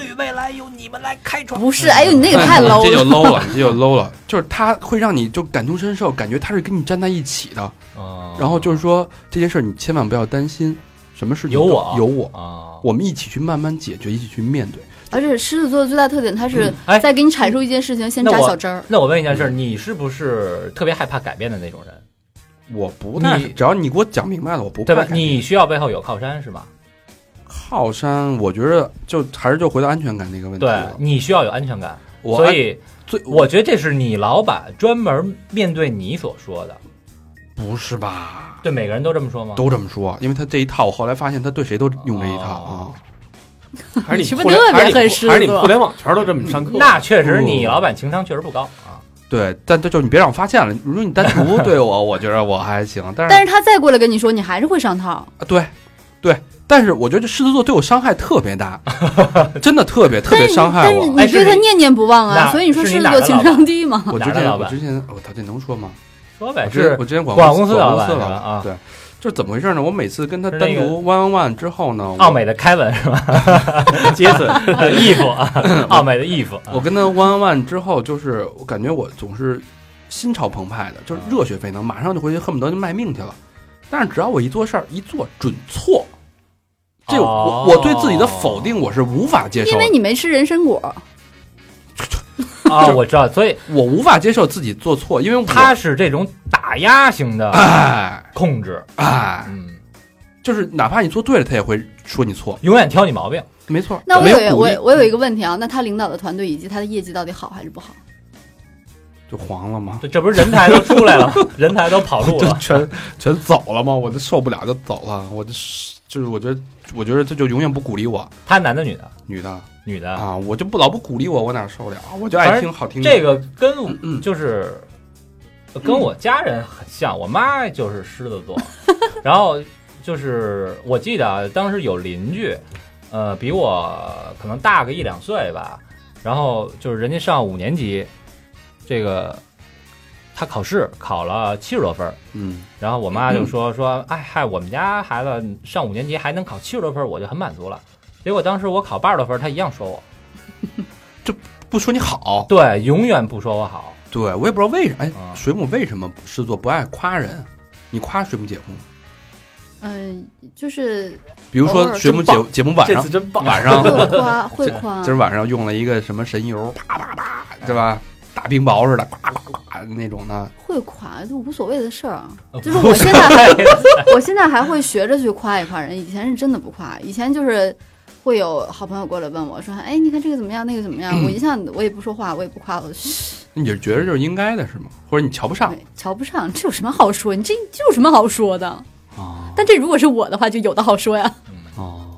F: 不是，哎呦，你那个太 low
E: 这就
F: 了。
E: low 了，这就 low 了。就是他会让你就感同身受，感觉他是跟你站在一起的。
D: 哦
E: 然后就是说这件事儿你千万不要担心，什么事情
D: 有
E: 都
D: 我
E: 有我，
D: 啊，
E: 我们一起去慢慢解决，一起去面对。
F: 而且狮子座的最大特点，它是
D: 哎
F: 在给你阐述一件事情，先
D: 那
F: 扎
D: 我
F: 小针儿。
D: 那我问一件事儿，你是不是特别害怕改变的那种人？
E: 我不
D: 那
E: 怕，只要你给我讲明白了，我不怕
D: 对吧
E: 改？变。
D: 你需要背后有靠山是吧？
E: 靠山，我觉得就还是就回到安全感那个问题
D: 对
E: 了。
D: 你需要有安全感，
E: 嗯我
D: 所以
E: 最
D: 我觉得这是你老板专门面对你所说的，
E: 不是吧？
D: 对每个人都这么说吗？
E: 都这么说，因为他这一套，我后来发现他对谁都用这一套啊
D: 哦。
G: 还是
F: 你是
G: 你
F: 不
G: 互
F: 是
G: 联
F: 特别
G: 还是
F: 恨
G: 你
F: 狮子
G: 互还是你互联网圈都这么上课？
D: 那确实，你老板情商确实不高啊。
E: 对，但这就你别让我发现了。你说你单独对我，我觉得我还行，但是
F: 但是他再过来跟你说，你还是会上套。
E: 啊对，对，但是我觉得这狮子座对我伤害特 别大，真的特别特
F: 但
E: 别
F: 是你
E: 伤害
F: 但是
E: 我。
F: 你对
D: 哎
F: 他
D: 是你
F: 念念不忘
D: 那
F: 啊，所以你说
D: 是你
F: 狮子
D: 哪
F: 座
D: 的
F: 情
D: 老
F: 商
D: 板
F: 低嘛？
E: 我
D: 哪
E: 之
D: 儿的
E: 前
D: 老
E: 我
D: 板
E: 之前我操，这能说吗？
D: 说呗，
E: 我之前
D: 是
E: 我之前
D: 广
E: 公
D: 公司
E: 广
D: 老板
E: 司
D: 是吧
E: 板
D: 啊
E: 对，这怎么回事呢？我每次跟他
D: 是
E: 单
D: 那个啊
E: 独 one on one 之后呢，我
D: 奥美的凯文 是吧？
G: 杰 森，
D: 衣服，奥美的啊衣服，
E: 我跟他 one on one 之后，就是我感觉我总是心潮澎湃的，就是热血沸腾，马上就回去恨不得就卖命去了。但是只要我一做事儿，一做准错，这我、
D: 哦
E: 我对自己的否定我是无法接
F: 因
E: 受的
F: 为，你没吃人参果，
D: 啊，我知道，所以
E: 我无法接受自己做错，因为我
D: 他是这种打压型的
E: 哎
D: 控制，
E: 哎，
D: 嗯，
E: 就是哪怕你做对了，他也会说你错，
D: 永远挑你毛病。
E: 没错。
F: 那我
E: 没有
F: 有
E: 鼓励
F: 我我有一个问题啊，那他领导的团队以及他的业绩到底好还是不好？
E: 就黄了吗？
D: 这这不是人才都出 来了，人才都跑路
E: 就
D: 了。
E: 全全走了吗？我就受不了就走了，我就是就是我觉得我觉得这就永远不鼓励我，
D: 他男的女的？
E: 女的
D: 女的。
E: 啊，我就不老不鼓励我，我哪受得了？我就
D: 反
E: 爱
D: 正
E: 听好听的。
D: 这个跟我
E: 嗯
D: 就是呃跟我家人很像，我妈就是狮子 座，然后就是我记得啊，当时有邻居，呃，比我可能大个一两岁吧，然后就是人家上五年级，这个他考试考了七十多分儿，
E: 嗯，
D: 然后我妈就说
F: 嗯
D: 说，哎嗨，我们家孩子上五年级还能考七十多分儿，我就很满足了。结果当时我考八十多分儿，他一样说我，
E: 不说你好，
D: 对，永远不说我好。
E: 对我也不知道为啥，哎
D: 啊，
E: 水母为什么狮子座不爱夸人？你夸水母姐夫吗，
F: 嗯、就是
E: 比如
F: 偶
E: 说
F: 尔
E: 水母姐姐夫晚
G: 这
E: 上
G: 次真棒！
E: 晚 上
F: 会夸会夸
E: 今，儿晚上用了一个什么神油，啪啪啪，对吧？大冰雹似的，呱呱呱那种的，
F: 会夸就无所谓的事儿啊。就是我现在还， 我现在还会学着去夸一夸人，以前是真的不夸，以前就是。会有好朋友过来问我说：“哎，你看这个怎么样，那个怎么样？”我一向我也不说话，我也不夸，我就嘘，
E: 你是觉得就是应该的是吗？或者你瞧不上
F: 对瞧不上，这有什么好说？你这这有什么好说的？
E: 啊？
F: 但这如果是我的话，就有的好说呀。
E: 哦，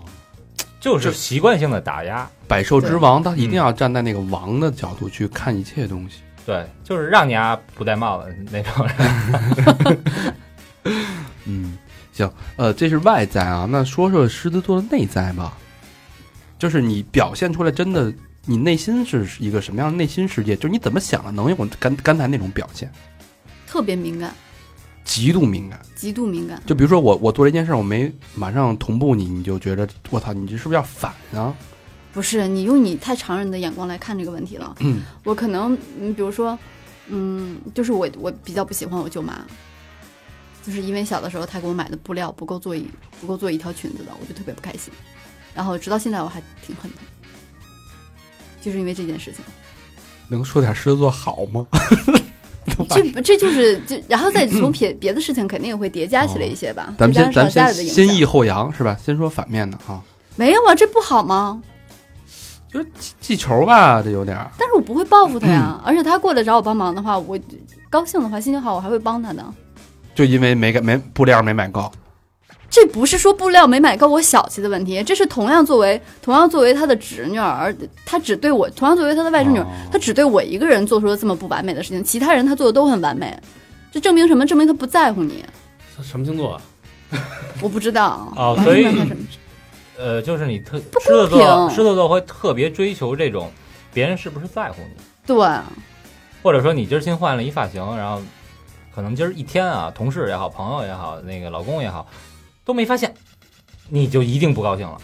D: 就是习惯性的打压，
E: 百兽之王，他一定要站在那个王的角度去看一切东西。
D: 对，就是让你啊不戴帽子那种。
E: 嗯，行，呃，这是外在啊。那说说狮子座的内在吧，就是你表现出来真的，你内心是一个什么样的内心世界？就是你怎么想的，能有刚刚才那种表现，
F: 特别敏感，
E: 极度敏感。
F: 极度敏感，
E: 就比如说我我做了一件事，我没马上同步你，你就觉得我操，你这是不是要反 啊？
F: 不是你用你太常人的眼光来看这个问题了。
E: 嗯，
F: 我可能，嗯，比如说，嗯，就是我我比较不喜欢我舅妈，就是因为小的时候她给我买的布料不够做一不够做一条裙子的，我就特别不开心。然后直到现在我还挺恨她，就是因为这件事情。
E: 能说点狮子座好吗？
F: 这这就是这，然后再从别别的事情肯定也会叠加起来一些吧。
E: 哦 咱们
F: 再
E: 先咱
F: 加上家
E: 们先
F: 里的影
E: 先抑
F: 响，
E: 后扬是吧？先说反面的啊，
F: 没有啊，这不好吗？
E: 记仇吧，这有点儿。
F: 但是我不会报复他
E: 嗯
F: 呀，而且他过来找我帮忙的话，我高兴的话，心情好，我还会帮他呢。
E: 就因为没给没布料没买够，
F: 这不是说布料没买够我小气的问题，这是同样作为同样作为他的侄女儿，而他只对我同样作为他的外甥女儿，
D: 哦
E: 哦
F: 他只对我一个人做出了这么不完美的事情，其他人他做的都很完美，这证明什么？证明他不在乎你。
G: 什么星座啊？
F: 我不知道
D: 哦
F: 我还
D: 所以
F: 没问他什么
D: 呃，就是你特
F: 不
D: 狮子座，
F: 公平
D: 狮子座会特别追求这种别人是不是在乎你，
F: 对，
D: 或者说你今儿新换了一发型，然后可能今儿一天啊，同事也好，朋友也好，那个老公也好，都没发现，你就一定不高兴了。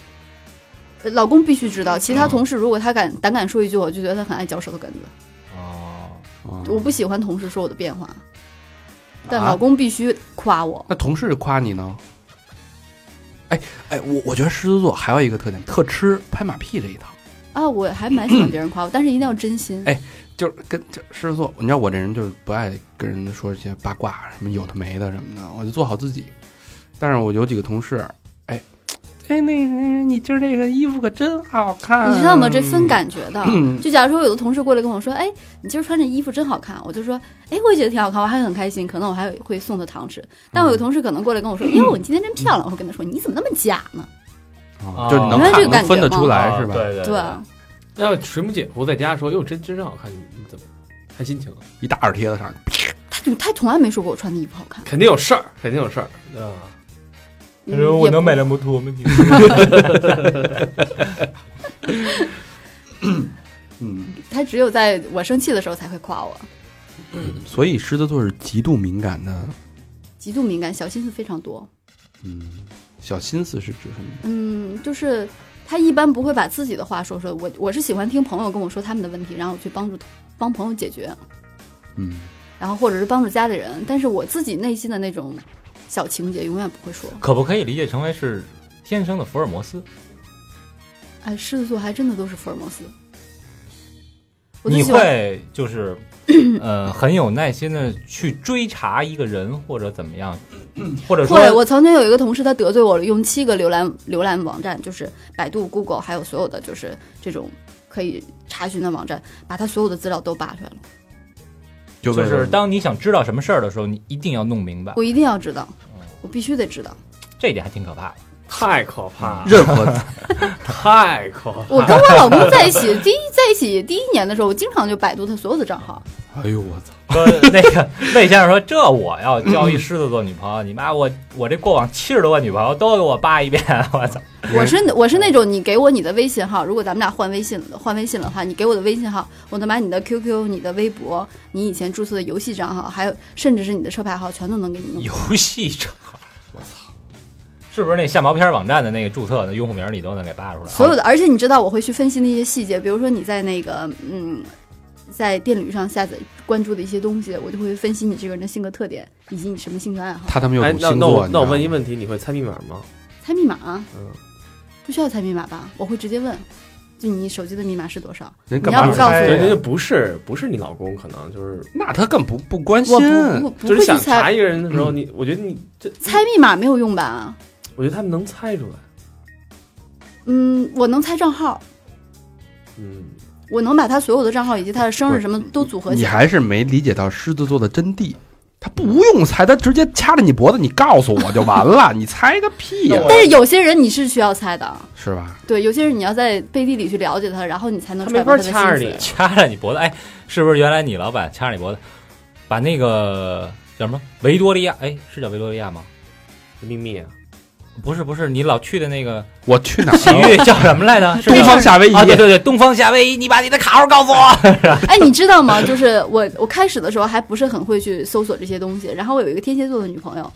F: 老公必须知道，其他同事如果他敢胆敢说一句，我就觉得他很爱嚼舌头根子。
D: 哦，
F: 我不喜欢同事说我的变化，但
E: 啊
F: 老公必须夸我。
E: 那同事夸你呢？哎哎，我我觉得狮子座还有一个特点，特吃拍马屁这一套，
F: 啊，我还蛮喜欢别人夸我，但是一定要真心。
E: 哎就是跟这狮子座，你知道我这人就是不爱跟人说这些八卦什么有的没的什么的，我就做好自己。但是我有几个同事，哎哎，那那你今儿这个衣服可真好看，
F: 你知道吗？这分。感觉的。
E: 嗯
F: 就假如说有的同事过来跟我说：“哎，你今儿穿这衣服真好看。”我就说：“哎，我也觉得挺好看，我还很开心。”可能我还会送他糖吃。但我
E: 嗯
F: 有同事可能过来跟我说：“哟，你今天真漂亮。”我会跟他说：“你怎么那么假呢
E: 啊就是你能
F: 你看这
E: 看
F: 个感觉
E: 能分得
F: 吗
E: 出来
G: 哦
E: 是
D: 啊
E: 吧？
D: 对？”对
F: 对，
G: 那要水母姐夫在家说：“哟，真真好看，你你怎么看心情啊
E: 一大耳贴子上去，
F: 他就他从来没说过我穿的衣服好看？”。
G: 肯定有事儿，肯定有事儿啊！
F: 嗯也不
D: 么多吗？你
E: 嗯，
F: 他只有在我生气的时候才会夸我，
E: 所以狮子座是极度敏感的，
F: 极度敏感，小心思非常多。
E: 嗯，小心思是指什么？
F: 嗯，就是他一般不会把自己的话说出来。我我是喜欢听朋友跟我说他们的问题，然后我去帮助他帮朋友解决。
E: 嗯，
F: 然后或者是帮助家里人，但是我自己内心的那种小情节永远不会说。
D: 可不可以理解成为是天生的福尔摩斯？
F: 哎，狮子座还真的都是福尔摩斯。我最
D: 你
F: 喜欢
D: 会 就是，呃，很有耐心的去追查一个人或者怎么样，或者说
F: 会，我曾经有一个同事，他得罪我了，用七个浏览浏览网站，就是百度、Google，还有所有的就是这种可以查询的网站，把他所有的资料都扒出来了。
E: 就为
D: 就
E: 了
D: 是当你想知道什么事儿的时候，你一定要弄明白
F: 我，一定要知道，我必须得知道。
D: 这一点还挺可怕的。
G: 太可怕了，
E: 任何
G: 太可
D: 哦
F: 我
G: 怕了！
F: 跟我老公在一起， 第一在一起第一年的时候，我经常就百度他所有的账号。
E: 哎呦我操！
D: 说那个魏先生说，这我要交一狮子座女朋友，你妈我我这过往七十多个女朋友都给我扒一遍，我操！
F: 我是我是那种你给我你的微信号，如果咱们俩换微信了，换微信了的话，你给我的微信号，我能把你的 QQ、你的微博、你以前注册的游戏账号，还有甚至是你的车牌号，全都能给你 弄。
D: 游戏账号，我操！是不是那下毛片网站的那个注册的用户名你都能给扒出来？
F: 所有的，而且你知道我会去分析那些细节，比如说你在那个嗯，在电驴上下载关注的一些东西，我就会分析你这个人的性格特点以及你什么兴趣爱好。
E: 他他妈又
G: 哎
E: 赌，
G: 那
E: 星
G: 那
E: 座
G: 我，
E: 你知
G: 那
E: 道
G: 我
E: 吗
G: 问一问题，你会猜密码吗？
F: 猜密码啊
G: 嗯，
F: 不需要猜密码吧？我会直接问，就你手机的密码是多少？
E: 人
F: 你
E: 干
F: 要
E: 嘛
F: 不告诉
E: 猜
G: 对，
E: 呀
G: 人家不是不是你老公，可能就是
E: 那他更不不关心
F: 我，不我不
G: 就
F: 会
G: 是
F: 去
G: 想查
F: 猜，
G: 一个人的时候，你我觉得你这，
F: 猜密码没有用吧？
G: 我觉得他们能猜出来，
F: 嗯，我能猜账号，
G: 嗯，
F: 我能把他所有的账号以及他的生
E: 不
F: 日
E: 是
F: 什么都组合起
E: 你
F: 来。
E: 还是没理解到狮子座的真谛。他不用猜，他直接掐着你脖子，你告诉我就完了， 你猜个屁呀、
F: 但是有些人你是需要猜的，
E: 是吧？
F: 对，有些人你要在背地里去了解他，然后你才能
G: 他
F: 揣
G: 没
F: 摩
G: 法
F: 他的
G: 掐着
F: 心
G: 你
F: 思。
D: 掐着你脖子，哎，是不是原来你老板掐着你脖子，把那个叫什么维多利亚？哎，是叫维多利亚吗？
G: 秘密啊，
D: 不是不是，你老去的那个
E: 我去哪
D: 洗
E: 儿？
D: 浴叫什么来着？是
E: 东
D: 叫
E: 方夏威夷，
D: 啊，对对对，东方夏威夷，你把你的卡号告诉我。
F: 哎，你知道吗？就是我，我开始的时候还不是很会去搜索这些东西。然后我有一个天蝎座的女朋友，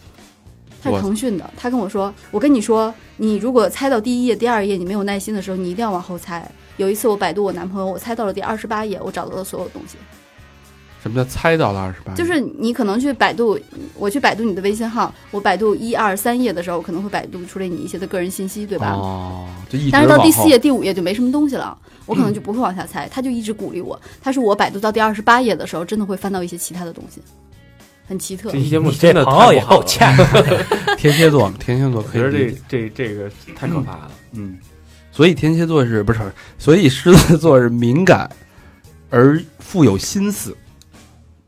F: 她
E: 我
F: 是腾讯的，她跟我说：“我跟你说，你如果猜到第一页、第二页，你没有耐心的时候，你一定要往后猜。”有一次我百度我男朋友，我猜到了第二十八页，我找到了所有东西。
E: 什么叫猜到了二十八？
F: 就是你可能去百度，我去百度你的微信号，我百度一二三页的时候，我可能会百度出来你一些的个人信息，对吧？
E: 哦，就一直
F: 但是到第四
E: 往
F: 页、
E: 后嗯
F: 第五页就没什么东西了，我可能就不会往下猜。他就一直鼓励我，他说我百度到第二十八页的时候，真的会翻到一些其他的东西，很奇特
G: 这。期节目
D: 你这
G: 真的
D: 朋友
G: 太
D: 也
G: 不好
D: 够
G: 了，
D: 欠的。
E: 天蝎 座，天蝎座
G: 我
E: 可以
G: 觉得
E: 理解
G: 这这这个太可怕了，
E: 嗯，所以天蝎座是不是？所以狮子座是敏感而富有心思，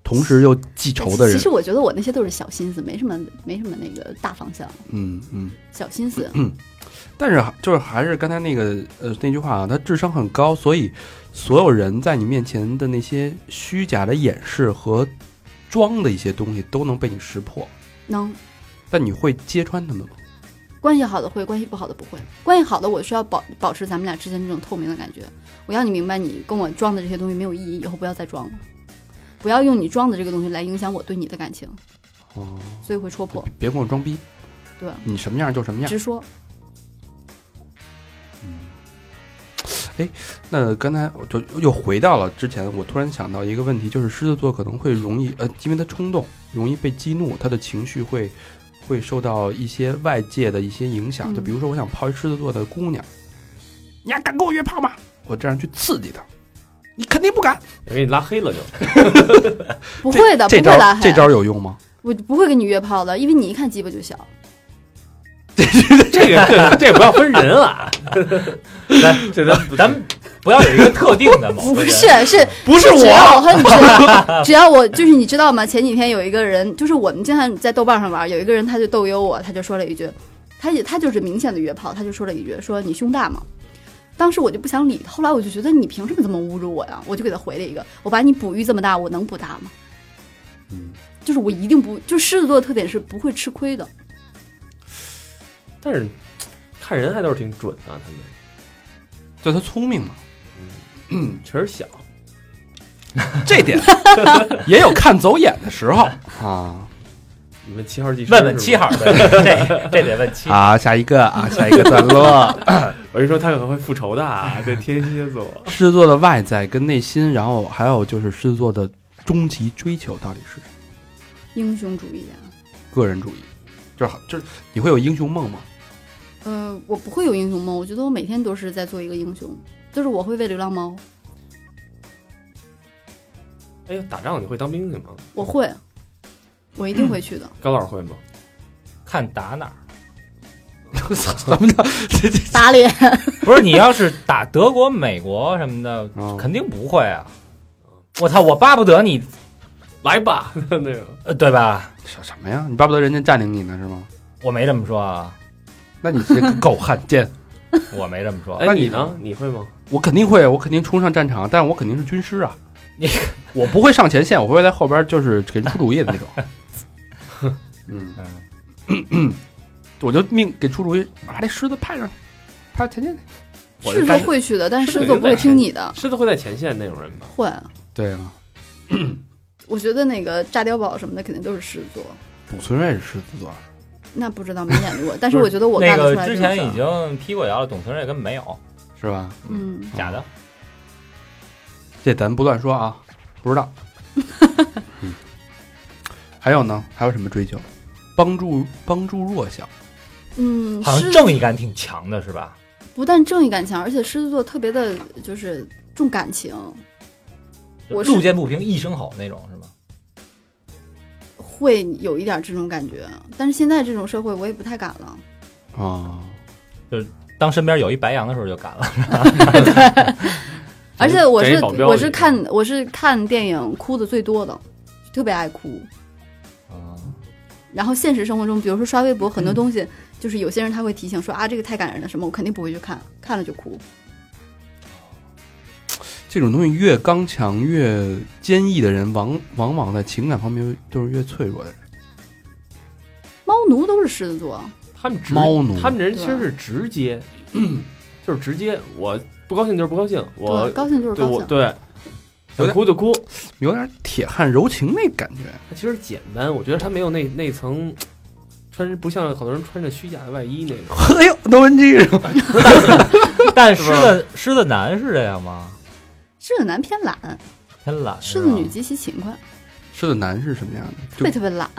E: 同时又记仇的
F: 其
E: 人
F: 实。我觉得我那些都是小心思，没什么没什么那个大方向，
E: 嗯嗯，
F: 小心思。
E: 但是就是还是刚才那个呃那句话啊，他智商很高，所以所有人在你面前的那些虚假的掩饰和装的一些东西都能被你识破，
F: 能
E: 但你会揭穿他们吗？
F: 关系好的会，关系不好的不会。关系好的我需要保保持咱们俩之间这种透明的感觉，我要你明白你跟我装的这些东西没有意义，以后不要再装了，不要用你装的这个东西来影响我对你的感情，
E: 哦，
F: 所以会戳破。
E: 别跟我装逼，
F: 对，
E: 你什么样就什么样。
F: 直说。
E: 那刚才我就又回到了之前，我突然想到一个问题，就是狮子座可能会容易呃，因为他冲动，容易被激怒，他的情绪会会受到一些外界的一些影响。
F: 嗯
E: 就比如说，我想泡一狮子座的姑娘，你还敢跟我约炮吗？我这样去刺激她，你肯定不敢。
G: 我给你拉黑了就。
F: 不会的，不
E: 这
F: 会拉
E: 招
F: 黑。
E: 这招有用吗？
F: 我不会跟你约炮的，因为你一看鸡巴就小。
G: 这个这这不要分人 啊，咱这咱
D: 咱们不要有一个特定的某
F: 不
D: 个人。
F: 是，是
E: 不是
F: 只
E: 我，
F: 要我和你知 道，只要我就是你知道吗？前几天有一个人，就是我们经常在豆瓣上玩，有一个人他就逗悠我，他就说了一句，他也他就是明显的约炮，他就说了一句说你胸大吗？当时我就不想理他，后来我就觉得你凭什么这么侮辱我呀？我就给他回了一个，我把你哺育这么大，我能不大吗？
E: 嗯，
F: 就是我一定不，就狮子座的特点是不会吃亏的，
G: 但是看人还都是挺准的，他们
E: 就他聪明嘛，
G: 确实小，
E: 这点 也有看走眼的时候啊。
G: 你们七号技师
D: 问问七，号，对这这得问七号。
E: 好，下一个啊，下一个段落。
G: 我跟你说他可能会复仇的， 啊，这天蝎座，
E: 狮子座的外在跟内心，然后还有就是狮子座的终极追求到底是什么？
F: 英雄主义啊。
E: 个人主义，就是好，就是你会有英雄梦吗？
F: 嗯，我不会有英雄梦，我觉得我每天都是在做一个英雄，就是我会喂流浪猫，
G: 哎呦，打仗你会当兵去吗？
F: 我会，我一定会去的。
G: 高老师会吗？
D: 看打哪儿。
E: 咱们的这这
F: 打脸，
D: 不是你要是打德国、美国什么的，
E: 哦
D: 肯定不会啊！我操，我巴不得你，
G: 来吧， 那个
D: 呃，对吧？
E: 什什么呀？你巴不得人家占领你呢是吗？
D: 我没这么说啊，
E: 那你这个狗汉奸，
D: 我没这么说。
G: 哎
E: 那
G: 你
E: 你
G: 呢？你会吗？
E: 我肯定会，我肯定冲上战场，但我肯定是军师啊
D: 你。
E: 我不会上前线，我会在后边就是给人出主意的那种。 嗯， 我就命给出主意，把这狮子派上去，派前线去。我
F: 狮
E: 就
F: 子座
E: 干这
F: 会去的，但是狮
G: 狮
F: 子
G: 子
F: 座不会听你的。
G: 狮子会在前线那种人吗？
F: 会，
E: 对啊，
F: 我觉得那个炸碉堡什么的肯定都是狮子座，
E: 卜存瑞是狮子座，
F: 那不知道没演过，但是我觉得我
D: 那
F: 干得
D: 个
F: 出来
D: 之
F: 这种
D: 前
F: 事儿
D: 已经批过谣了，董存瑞根本没有
E: 是吧？
F: 嗯，
D: 假的。
E: 这咱不乱说啊，不知 道。嗯还有呢？还有什么追求？帮助帮助弱小，
F: 嗯，
D: 好像
F: 狮
D: 正义感挺强的是吧？
F: 不但正义感强，而且狮子座特别的就是重感情，我是
D: 路见不平一声吼那种是吗？
F: 会有一点这种感觉。但是现在这种社会，我也不太敢了。
E: 啊，
D: 当身边有一白羊的时候就敢了。
F: 而且我
G: 给
F: 是
G: 保镖
F: 我
G: 一
F: 是
G: 个
F: 看我是看电影哭的最多的，特别爱哭。然后现实生活中，比如说刷微博，很多东西、就是有些人他会提醒说啊，这个太感人了什么，我肯定不会去看，看了就哭。
E: 这种东西越刚强越坚毅的人，往往往在情感方面都是越脆弱的人。
F: 猫奴都是狮子座，
G: 他们直
E: 猫奴
G: 他们人其实是直接，就是直接，我不高兴就是不高兴，我
F: 对，高兴就是
G: 对
F: 高
G: 我
F: 兴。
G: 对，
E: 有
G: 想
E: 点
G: 哭就哭。
E: 有点铁汉柔情那感觉。
G: 他其实简单，我觉得他没有那那层。穿不像好多人穿着虚假的外衣那种，
E: 哎呦，窦文基是吧？
D: 但狮子狮子男是这样吗？
F: 狮子男偏懒，
D: 偏懒。
F: 狮
D: 是
F: 子
D: 吧
F: 女极其勤
G: 哎
F: 快，
E: 狮子男是什么样
F: 特别
E: 的？
F: 特别懒。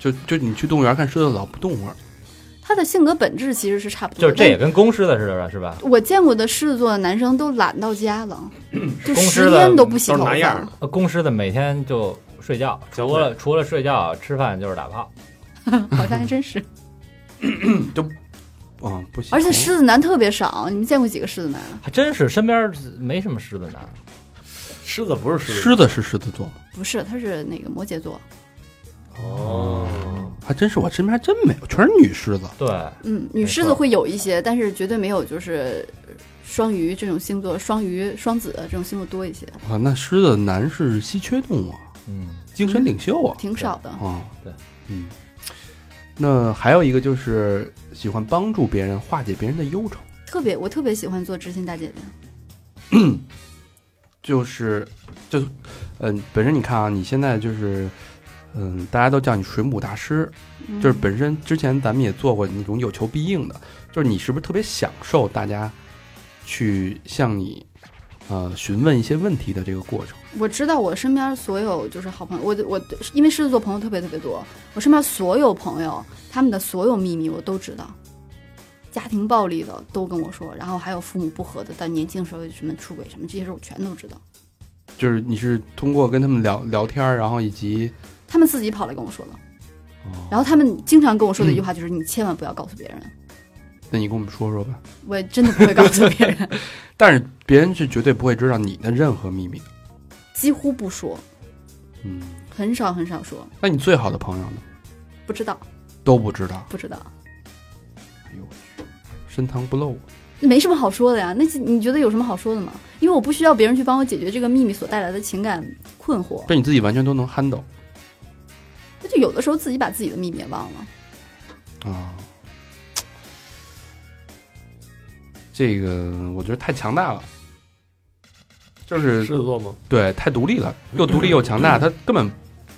E: 就就就你去动物园看狮子老不动会儿，
F: 他的性格本质其实是差不多
D: 就
F: 的。
D: 是这也跟公狮子似的，是吧？
F: 但我见过的狮子座的男生都懒到家 了，就
D: 公
F: 十
D: 狮子
F: 天都不洗
G: 都
F: 头
G: 是那样
F: 发
G: 儿。
D: 呃公狮子每天就睡觉，
G: 交
D: 除了除了睡觉吃饭就是打炮。
F: 好像还真 是。
E: 啊，不行。
F: 而且狮子男特别少，你们见过几个狮子男？
D: 还真是身边没什么狮子男，
G: 狮子不是狮子
E: 狮子是狮子座吗，
F: 不是，他是那个摩羯座。
G: 哦，
E: 还真是我身边还真没有，全是女狮子。
D: 对，
F: 嗯，女狮子会有一些，但是绝对没有就是双鱼这种星座，双鱼、双子这种星座多一些，
E: 啊，那狮子男是稀缺动物，啊，
D: 嗯，
E: 精神领袖啊。
F: 挺少的。
E: 啊，
D: 对，
E: 嗯。那还有一个就是喜欢帮助别人，化解别人的忧愁，
F: 特别，我特别喜欢做知心大姐姐。
E: 就是就嗯、本身你看啊，你现在就是嗯、大家都叫你水母大师，
F: 嗯
E: 就是本身之前咱们也做过那种有求必应的，就是你是不是特别享受大家去向你呃询问一些问题的这个过程？
F: 我知道我身边所有就是好朋友，我我因为狮子座朋友特别特别多，我身边所有朋友他们的所有秘密我都知道，家庭暴力的都跟我说，然后还有父母不和的，但年轻时候什么出轨什么这些事儿我全都知道，
E: 就是你是通过跟他们聊聊天儿，然后以及哦
F: 他们自己跑来跟我说的。然后他们经常跟我说
E: 嗯
F: 的一句话就是：“你千万不要告诉别人。
E: 那你跟我们说说吧。”
F: 我真的不会告诉别人，
E: 但是别人是绝对不会知道你的任何秘密的。
F: 几乎不说，
E: 嗯，
F: 很少很少说，
E: 那你最好的朋友呢？
F: 不知道
E: 都不知道，哎
F: 不知道，
E: 深藏不啊露。
F: 没什么好说的呀。那你觉得有什么好说的吗？因为我不需要别人去帮我解决这个秘密所带来的情感困惑。
E: 这你自己完全都能 handle
F: 那就有的时候自己把自己的秘密也忘了。
E: 啊。这个我觉得太强大了，就是嗯
G: 狮子座吗？
E: 对，太独立了，又独立又强大，他根本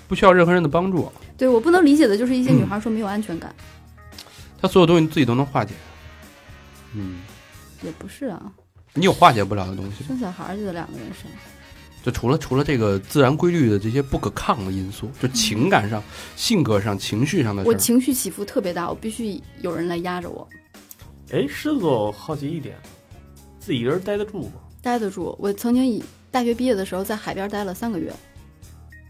E: 不需要任何人的帮助，
F: 对我不能理解的就是一些女孩说没有安全
E: 嗯
F: 感，
E: 他所有东西自己都能化解。嗯，
F: 也不是啊，
E: 你有化解不了的东西，
F: 生小孩儿就得两个人生，
E: 就除了除了这个自然规律的这些不可抗的因素，就情感上、性格上、情绪上的事
F: 我
E: 儿。
F: 情绪起伏特别大，我必须有人来压着我，
G: 哎，狮子座，我好奇一点，自己一人待得住吗？
F: 待得住。我曾经以大学毕业的时候在海边待了三个月，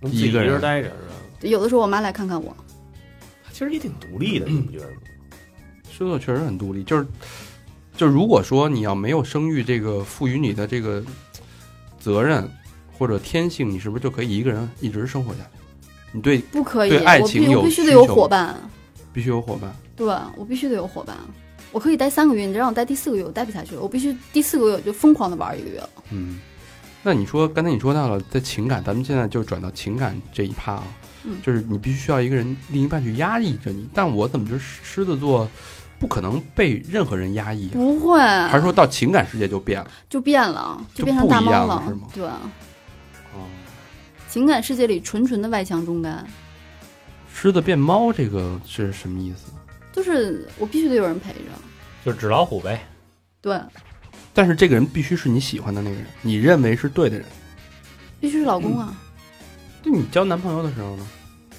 G: 能自己
E: 一个人
G: 人待着是吧？
F: 有的时候我妈来看看我，
G: 他其实也挺独立的，你不觉得吗？
E: 狮子座确实很独立，就是就如果说你要没有生育这个赋予你的这个责任或者天性，你是不是就可以一个人一直生活下去？你对
F: 不可以，
E: 对爱
F: 我
E: 情
F: 必
E: 有
F: 我必须
E: 需
F: 得有
E: 求
F: 伙伴，
E: 必须有伙伴，
F: 对我必须得有伙伴。我可以待三个月，你让我待第四个月，我待不下去了。我必须第四个月我就疯狂的玩一个月了。
E: 嗯。那你说刚才你说到了在情感，咱们现在就转到情感这一趴啊，
F: 嗯
E: 就是你必须需要一个人另一半去压抑着你，但我怎么觉得狮子座不可能被任何人压抑、啊？
F: 不会，
E: 还是说到情感世界就变了？
F: 就变了，
E: 就
F: 就变成
E: 不
F: 大
E: 一
F: 猫
E: 样了是吗
F: 对，啊
E: 哦，
F: 情感世界里纯纯的外强中干。
E: 狮子变猫这个是什么意思？
F: 就是我必须得有人陪着。
D: 就是纸老虎呗。
F: 对，
E: 但是这个人必须是你喜欢的那个人，你认为是对的人。
F: 必须是老公啊，
E: 嗯就你交男朋友的时候呢？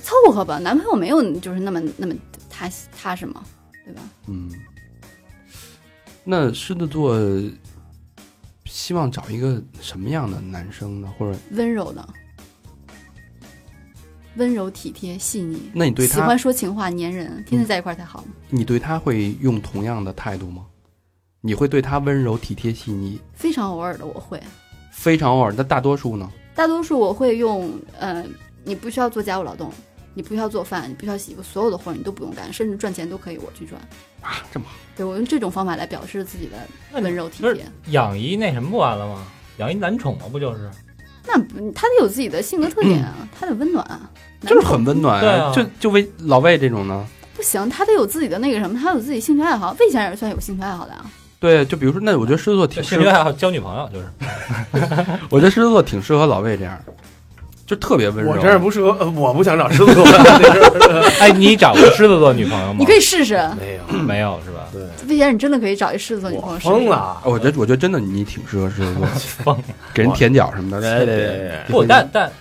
F: 凑合吧。男朋友没有就是那么那么踏实踏实嘛，对吧？
E: 嗯，那狮子座希望找一个什么样的男生呢？或者，
F: 温柔的，温柔体贴细腻，
E: 那你嗯对
F: 喜欢
E: 他，嗯
F: 说情话粘人，天天在一块儿才好嘛。
E: 你对他会用同样的态度吗？你会对他温柔、体贴、细腻，
F: 非常偶尔的我会，
E: 非常偶尔，但大多数呢？
F: 大多数我会用呃，你不需要做家务劳动，你不需要做饭，你不需要洗衣服，所有的活儿你都不用干，甚至赚钱都可以我去赚。
E: 啊，这么好，
F: 对我用这种方法来表示自己的
D: 那你
F: 温柔体
D: 不是
F: 贴。
D: 养一那什么不完了吗？养一男宠嘛，不就是？
F: 那不他嗯得有自己的性格特点啊，他得温暖啊，
E: 嗯就是
F: 男宠
E: 很温暖
D: 对啊
E: 就就为老魏这种呢？
F: 不行，他得有自己的那个什么，他有自己兴趣爱好。魏先生也算有兴趣爱好的啊，
E: 对，就比如说，那我觉得狮子座挺适
D: 兴趣
E: 合，
D: 爱好交女朋友就是。
E: 我觉得狮子座挺适合老魏这样，就特别温柔。
H: 我这儿不适合，呃我不想找狮子座。这事儿
D: 哎，你找过狮子座女朋友吗？
F: 你可以试试。
H: 没有，
D: 没有是吧？
F: 魏先生，你真的可以找一狮子座女朋
H: 我
F: 友试试。
H: 疯了。
E: 我觉得，我觉得真的你挺适合狮子座，给人舔脚什么的。
H: 对对对对
D: 不，但但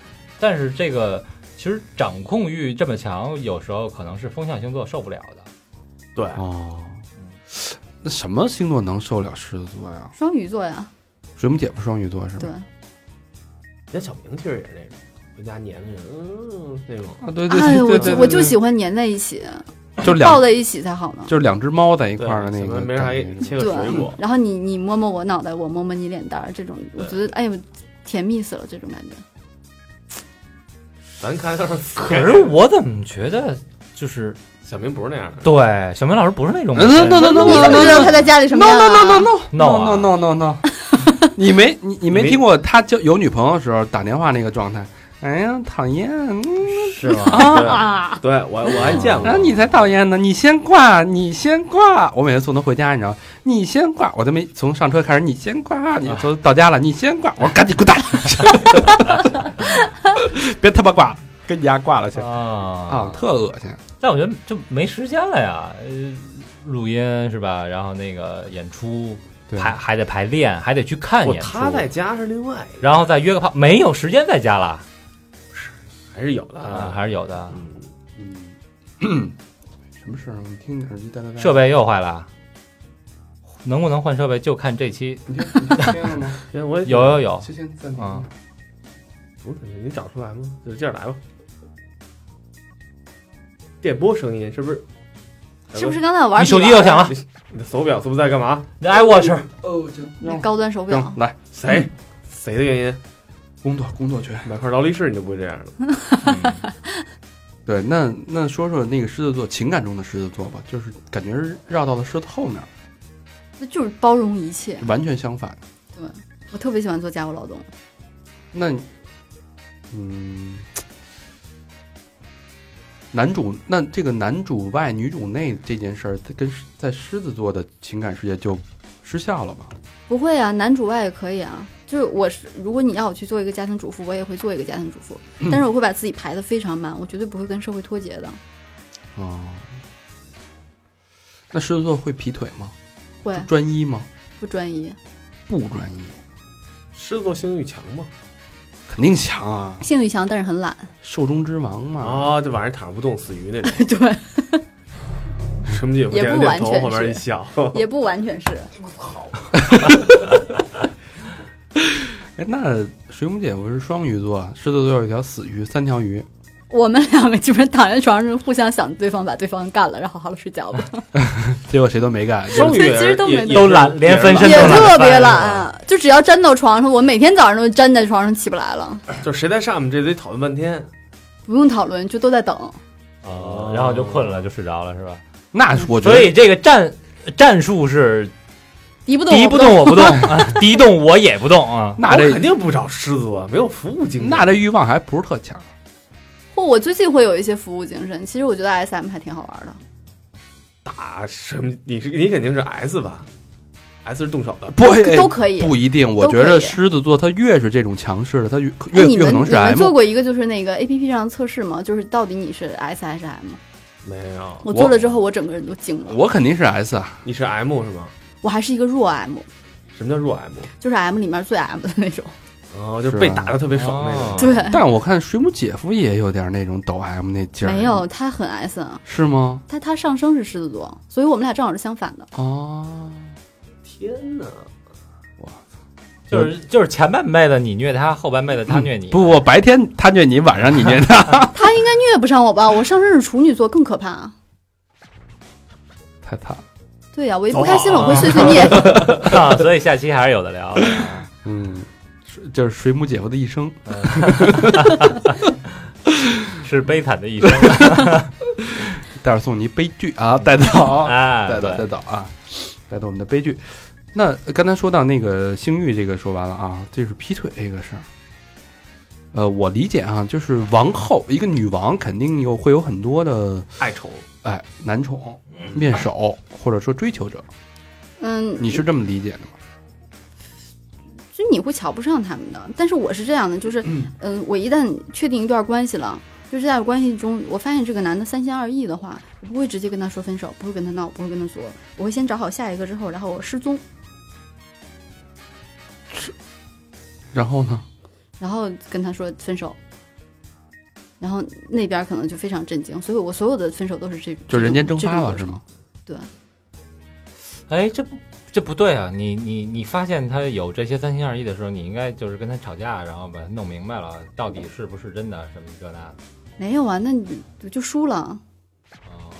D: 但是这个其实掌控欲这么强，有时候可能是风象星座受不了的。
H: 对，
E: 哦，那什么星座能受了狮子座呀？
F: 双鱼座呀，
E: 水母姐夫双鱼座是吧
F: 对？，
G: 人家小明其实也是那种，回家黏着人，嗯，那种。
E: 啊，对对
F: 哎
E: 对
F: 呦，
E: 对
F: 我
E: 对，
F: 就我就喜欢粘在一起，
E: 欢就
F: 抱
E: 两
F: 在一起才好呢。
E: 就是两只猫在一块儿的
G: 对
E: 那
G: 小
E: 个
G: 明没事
E: 感
G: 还
E: 觉。
G: 切
F: 对
G: 个水果，，
F: 然后你你摸摸我脑袋，我摸摸你脸蛋儿，这种我
G: 对
F: 觉得哎呦，甜蜜死了这种感觉。
G: 咱看
D: 可是我怎么觉得就是
G: 小明不是那样的，
D: 对小明老师不是那种
E: 嗯，no no no
F: 你怎么
E: no
F: 知道他在家里什么样啊
E: no no no no no
D: No
E: no no no，你没你你没
G: 没
E: 听过他交有女朋友的时候打电话那个状态？哎呀，讨厌！嗯
G: 是吗？
F: 啊！
G: 对，对我我还见过
E: 然后。啊你才讨厌呢，你先挂，你先挂。我每次送他回家，你知道，你先挂，我都没从上车开始，你先挂，你从到家了，你先挂，我说赶紧滚蛋， 别他妈挂，跟你家挂了去啊，
D: 啊。
E: 特恶心。
D: 但我觉得就没时间了呀，呃，录音是吧？然后那个演出
E: 对
D: 还还得排练，还得去看
G: 不，
D: 演出，
G: 他在家是另外一个，
D: 然后再约个炮，没有时间在家了
G: 还是有的
D: 啊，。还是有的。
G: 嗯
E: 什么事儿？我听你耳机哒哒哒。
D: 设备又坏了，能不能换设备就看这期
E: 你听你听见了吗？
G: 行我也
D: 有有有，
E: 就先暂停。
D: 啊
G: 不是你找出来吗？就接着来吧。电波声音是不是？
F: 是不是刚才我玩
D: 你手机又响了
G: 你的手表是不是在干嘛？
D: 你，iWatch 哎
E: 哦，行，
F: 那高端手表
G: 嗯
E: 行，，来，
G: 谁？谁的原因？
E: 工作工作去。
G: 买块劳力士你就不会这样了。
E: 对，那那说说那个狮子座，情感中的狮子座吧，就是感觉是绕到了狮子后面，
F: 那就是包容一切。
E: 完全相反。
F: 我特别喜欢做家务劳动，
E: 那你，嗯，男主那这个男主外女主内这件事儿，它跟狮在狮子座的情感世界就失效了吧？
F: 不会啊，男主外也可以啊。就是我是，如果你要我去做一个家庭主妇，我也会做一个家庭主妇，
G: 嗯
F: 但是我会把自己排的非常满，我绝对不会跟社会脱节的。
E: 哦，那狮子座会劈腿吗？
F: 会
E: 专一吗？
F: 不专一，
E: 不专一，
G: 狮子座性欲强吗？
E: 肯定强啊，
F: 性欲强，但是很懒。
E: 兽中之王嘛。
G: 啊，就晚上躺着不动，死鱼那种。
F: 对，
G: 什么姐夫
F: 也
G: 点
F: 不
G: 了点
F: 完
G: 头，
F: 全
G: 后边一
F: 是
G: 笑。
F: 也不完全是。
E: 哎，那水母姐夫是双鱼座，狮子座有一条死鱼，三条鱼。
F: 我们两个基本躺在床上互相想对方把对方干了，然后好好睡觉吧，
E: 结果谁都没干，
G: 双鱼
F: 其实都没
G: 也也
D: 都懒连分身
F: 也
D: 真的懒
F: 特别懒，就只要粘到床上，我每天早上都粘在床上起不来了。
G: 就是谁在上面，这得讨论半天。
F: 不用讨论，就都在等。
D: 啊，然后就困了，就睡着了，是吧？
E: 那我觉
D: 所
E: 得
D: 以这个战战术是
F: 敌不动，
D: 敌不动我不动，啊敌动我也不动啊。
E: 那
G: 我
E: 这
G: 肯定不找狮子座，没有服务精神。
E: 那这欲望还不是特强。
F: 或哦我最近会有一些服务精神，其实我觉得 S M 还挺好玩的。
G: 打什么？你是你肯定是 S 吧？S 是动手的，
E: 不哎
F: 都可以
E: 不一定。我
F: 都可
E: 觉
F: 以
E: 得狮子座他越是这种强势的，他越
F: 哎
E: 越
F: 你
E: 越可
F: 们
E: 能
F: 你
E: 是
F: 们
E: M
F: 做。过一个就是那个 A P P 上的测试吗？就是到底你是 S 还是 M？
G: 没有。
F: 我做了之后，我整个人都惊了。
E: 我肯定是 S 啊，
G: 你是 M 是吗？
F: 我还是一个弱 M，
G: 什么叫弱 M？
F: 就是 M 里面最 M 的那种。
G: 然后哦就是被哦打的特别爽那种。
F: 对，
E: 但我看水母姐夫也有点那种抖 M 那劲儿，
F: 没有他很 S，啊
E: 是吗？
F: 他他上升是狮子座，所以我们俩正好是相反的。
E: 哦，
G: 天哪！
D: 就是就是前半辈子你虐他，后半辈子他虐你。
E: 不，我白天他虐你，晚上你虐他，
F: 他应该虐不上我吧？我上升是处女座，更可怕。
E: 太惨了。
F: 对呀、我一不开心了，我会碎碎念。
D: 啊，所以下期还是有的聊的。
E: 嗯，水就是水母姐夫的一生。
D: 是悲惨的一生
E: 待会儿送你一悲剧啊，带走，
D: 啊！
E: 带走，带走啊，带走我们的悲剧。那刚才说到那个性欲这个说完了啊，这是劈腿这个事儿。呃，我理解啊，就是王后，一个女王肯定有会有很多的
G: 爱宠，
E: 哎男宠、面首或者说追求者，
F: 嗯，
E: 你是这么理解的吗？
F: 就你会瞧不上他们的。但是我是这样的，就是嗯、我一旦确定一段关系了，就这段关系中，我发现这个男的三心二意的话，我不会直接跟他说分手，不会跟他闹，不会跟他作，我会先找好下一个之后，然后我失踪，
E: 然后呢？
F: 然后跟他说分手。然后那边可能就非常震惊，所以我所有的分手都是这，
E: 就人间蒸发了
F: 这种
E: 是吗？
D: 哎，这不这不对啊！你你你发现他有这些三心二意的时候，你应该就是跟他吵架，然后把他弄明白了，到底是不是真的什么这那的。
F: 没有啊，那你就输了。
D: 哦，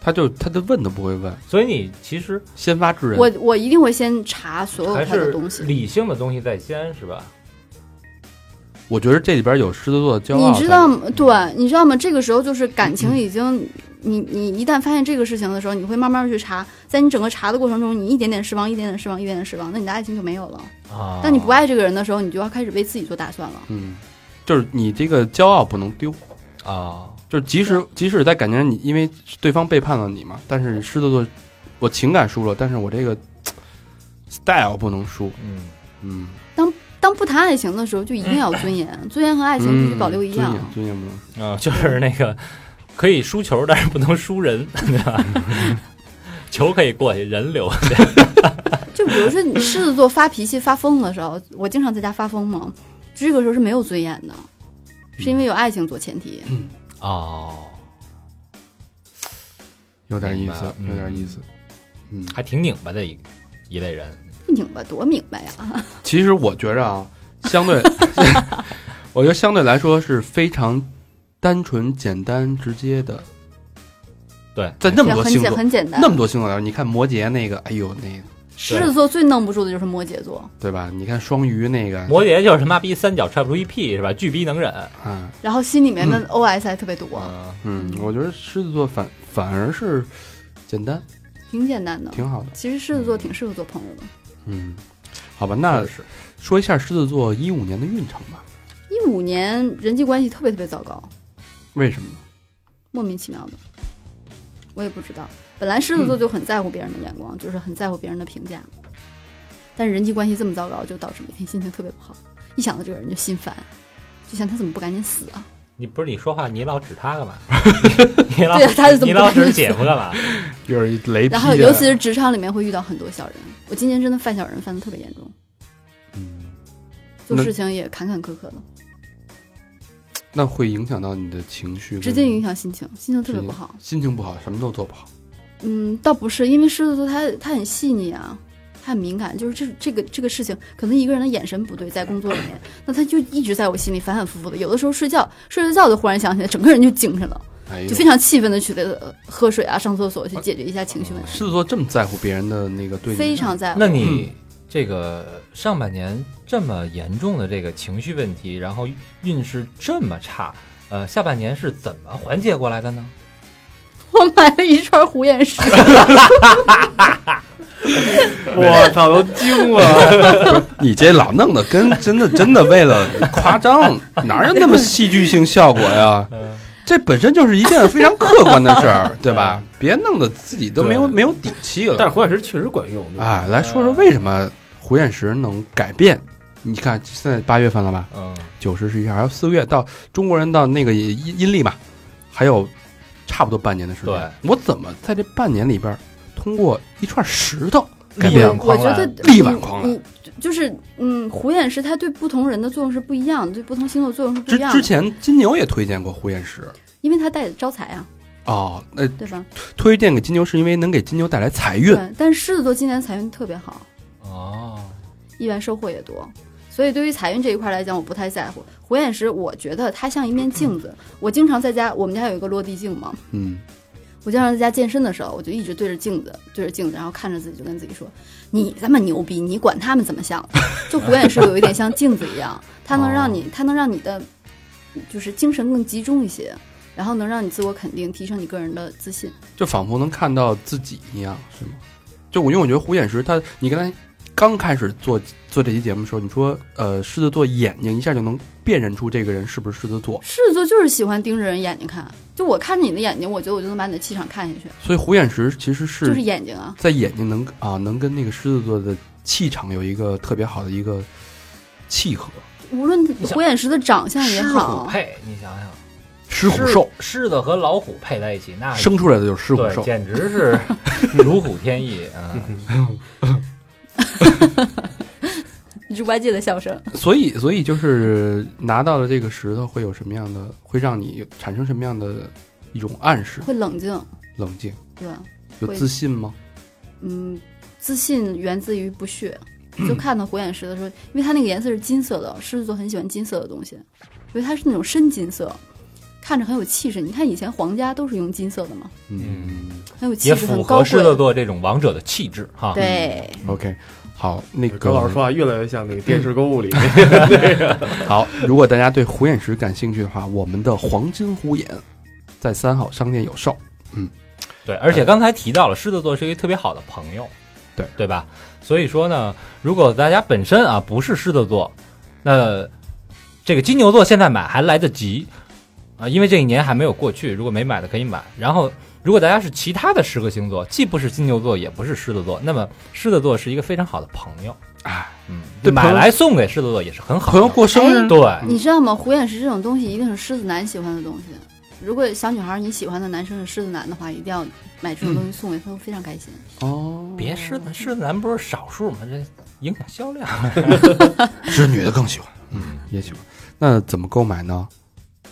E: 他就他就问都不会问，
D: 所以你其实
E: 先发制人。
F: 我我一定会先查所有
D: 还
F: 他的
D: 是
F: 东西。
D: 理性的东西在先，是吧？
E: 我觉得这里边有狮子座的骄傲
F: 你
E: 在，
F: 知道吗？对，你知道吗？这个时候就是感情已经，你你一旦发现这个事情的时候，你会慢慢地去查，在你整个查的过程中，你一点点失望，一点点失望，一点点失望，那你的爱情就没有了。
E: 哦
D: 啊
F: 当你不爱这个人的时候，你就要开始为自己做打算了。
E: 嗯，就是你这个骄傲不能丢，
D: 啊，
E: 就是即使即使在感情上你因为对方背叛了你嘛，但是狮子座，我情感输了，但是我这个 style 不能输，
D: 嗯，
E: 嗯，
F: 当不谈爱情的时候，就一定要有尊严，尊严和爱
E: 爱
F: 情必须保留一样。
E: 嗯尊严尊严不能输。
D: 啊，就是那个可以输球，但是不能输人，对吧？ 球可以过去，人留下。
F: 就比如说你狮子座发脾气、发疯的时候，我经常在家发疯嘛，这个时候是没有尊严的，是因为有爱情做前提。
D: 哦，
E: 有点意
D: 明白
E: 思，有点意思。嗯，
D: 还挺拧巴的一一类人。
F: 不拧巴多明白呀、
E: 其实我觉着啊，相对，我觉得相对来说是非常单纯、简单、直接的。
D: 对，
E: 在那么
F: 也
E: 多
F: 很
E: 星
F: 简
E: 座，
F: 很简单
E: 那。么多星座当中，你看摩羯那个，哎呦，那个
F: 狮子座最弄不住的就是摩羯座。
E: 对吧？你看双鱼 那个，
D: 摩羯就是他妈逼三脚踹不出一屁是吧？巨逼能忍。
E: 啊，
F: 然后心里面的 OS 还特别多，
D: 啊，
E: 嗯，我觉得狮子座反反而是简单，
F: 挺简单的。
E: 挺好的。
F: 其实狮子座挺适合做朋友的。
E: 嗯，好吧，那是说一下狮子座一五年的运程吧。
F: 一五年人际关系特别特别糟糕，
E: 为什么呢？
F: 莫名其妙的，我也不知道。本来狮子座就很在乎别人的眼光，
E: 嗯
F: 就是很在乎别人的评价，但是人际关系这么糟糕，就导致每天心情特别不好，一想到这个人就心烦。就想他怎么不赶紧死啊？
D: 你不是你说话，你老指他 干嘛？你老
F: 对啊他是怎么
D: 你老指姐夫干 嘛？
E: 又是一雷
F: 然后，尤其是职场里面会遇到很多小人。我今年真的犯小人犯的特别严重，做
E: 那嗯
F: 事情也坎坎坷坷的，
E: 那会影响到你的情绪，
F: 直接影响心情，心情特别不好。
E: 心情不好，什么都做不好。
F: 嗯，倒不是，因为狮子座他他很细腻啊，他很敏感，就是这这个这个事情，可能一个人的眼神不对，在工作里面，那他就一直在我心里反反复复的。有的时候睡觉睡着觉就忽然想起来，整个人就精神了，
E: 哎呦，
F: 就非常气愤的去呃喝水啊、上厕所去解决一下情绪问题，
E: 狮子座这么在乎别人的哦那个对你，
F: 非常在乎。
D: 那你这个上半年这么严重的这个情绪问题，然后运势这么差，呃，下半年是怎么缓解过来的呢？
F: 我买了一串虎眼 石，
G: 我操，都惊了！
E: 你这老弄得跟真的真的为了夸张，哪有那么戏剧性效果呀？
G: 嗯
E: 这本身就是一件非常客观的事 儿，对吧？别弄得自己都没有
G: 对
E: 没有底气了。
G: 但是火眼石确实管用，
E: 啊，来说说为什么虎眼石能改变？你看现在八月份了吧？
D: 嗯，
E: 九十十一还有四个月到中国人到那个阴阴历嘛，还有差不多半年的时间。我怎么在这半年里边儿通过一串石头改变
F: 我觉得
E: 力挽狂澜
F: 你就就是嗯，虎眼石它对不同人的作用是不一样的，对不同星座作用是不
E: 之
F: 一样的。
E: 之前金牛也推荐过虎眼石
F: 因为它带招财啊，
E: 哦，那
F: 对吧？
E: 推荐给金牛是因为能给金牛带来财运，
F: 对。但是狮子座今年财运特别好，
D: 哦，
F: 意外收获也多。所以对于财运这一块来讲，我不太在乎。虎眼石，我觉得它像一面镜子。我经常在家，我们家有一个落地镜嘛，
E: 嗯，
F: 我经常在家健身的时候，我就一直对着镜子，对着镜子，然后看着自己，就跟自己说：“你他妈牛逼，你管他们怎么想？”就虎眼石有一点像镜子一样，它能让你，它能让你的就是精神更集中一些，然后能让你自我肯定，提升你个人的自信。
E: 就仿佛能看到自己一样，是吗？就我因为我觉得虎眼石它，你刚才刚开始做做这期节目的时候，你说呃狮子座眼睛一下就能辨认出这个人是不是狮子座，
F: 狮子座就是喜欢盯着人眼睛看，就我看着你的眼睛，我觉得我就能把你的气场看下去，
E: 所以虎眼石其
F: 就
E: 实
F: 是
E: 是
F: 眼睛啊。
E: 在眼睛能啊、能跟那个狮子座的气场有一个特别好的一个契合，
F: 无论
D: 想
F: 虎眼石的长相也
D: 狮虎
F: 好，
D: 配，你想想，
E: 狮虎兽
D: 狮子和老虎配在一起，那
E: 生出来的就是狮虎
D: 对，
E: 兽，
D: 简直 是如虎添翼啊！
F: 你猪八戒的笑声。
E: 所以，所以就是拿到了这个石头会有什么样的，会让你产生什么样的一种暗示？
F: 会冷静，
E: 冷静，
F: 对吧？
E: 有自信吗？
F: 嗯，自信源自于 不屑。就看到火眼石的时候，因为它那个颜色是金色的，狮子座很喜欢金色的东西，所以它是那种深金色，看着很有气势。你看以前皇家都是用金色的嘛，
E: 嗯
F: 很有气
D: 也
F: 势，很
D: 符
F: 高
D: 合狮子
F: 贵。
D: 座这种王者的气质哈。
F: 对，
E: ，OK，好，那个
H: 葛老师说话越来越像那个电视购物里那 个
E: 好，如果大家对虎眼石感兴趣的话，我们的黄金虎眼在三号商店有售。
D: 对，而且刚才提到了狮子座是一个特别好的朋友，
E: 对
D: 对吧？所以说呢，如果大家本身啊不是狮子座，那这个金牛座现在买还来得及啊，因为这一年还没有过去，如果没买的可以买。然后，如果大家是其他的十个星座，既不是金牛座，也不是狮子座，那么狮子座是一个非常好的朋友，
E: 哎，
D: 嗯，
E: 对
D: 买
E: 朋友
D: 来送给狮子座也是很好的。
E: 朋友嗯过生日，
D: 对，
F: 你知道吗？虎眼石这种东西一定是狮子男喜欢的东西。如果小女孩你喜欢的男生是狮子男的话，一定要买这种东西送给他，会非常开心。
E: 哦，
D: 别狮子，狮子咱不是少数吗？这影响销量。
E: 是女的更喜欢，嗯，也喜欢。那怎么购买呢？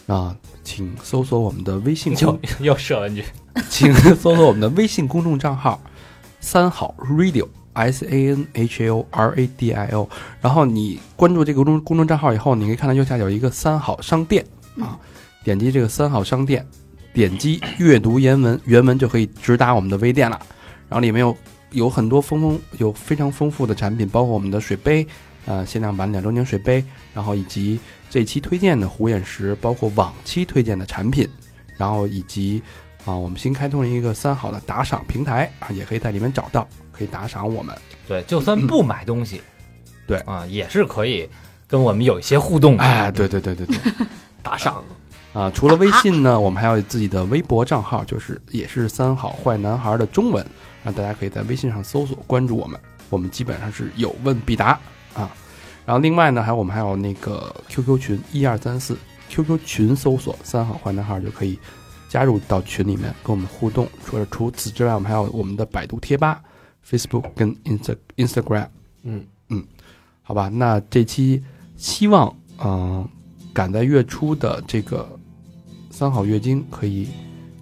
E: 啊，请搜索我们的微信 公
D: 又又射了一句，
E: 请搜索我们的微信公众账号 “三好 radio s a n h a o r a d i o”，然后你关注这个公众公众账号以后，你可以看到右下角有一个“三好商店”啊，点击这个“三好商店”，点击阅读原文，原文就可以直达我们的微店了。然后里面有有很多丰丰有非常丰富的产品，包括我们的水杯，呃，限量版两周年水杯，然后以及这期推荐的虎眼石，包括往期推荐的产品，然后以及啊，我们新开通了一个三好的打赏平台啊，也可以在里面找到，可以打赏我们。
D: 对，就算不买东西，
E: 嗯对
D: 啊，也是可以跟我们有一些互动的。
E: 哎，对对对对对，
H: 打赏，
E: 啊，除了微信呢，我们还有自己的微博账号，就是也是三好坏男孩的中文，让大家可以在微信上搜索关注我们，我们基本上是有问必答啊。然后另外呢，还有我们还有那个 QQ 群一二三四 QQ 群搜索三好坏男孩就可以加入到群里面跟我们互动。除了除此之外，我们还有我们的百度贴吧、Facebook 跟 Insta Instagram。
H: 嗯
E: 嗯，好吧，那这期希望嗯、呃赶在月初的这个三好月经可以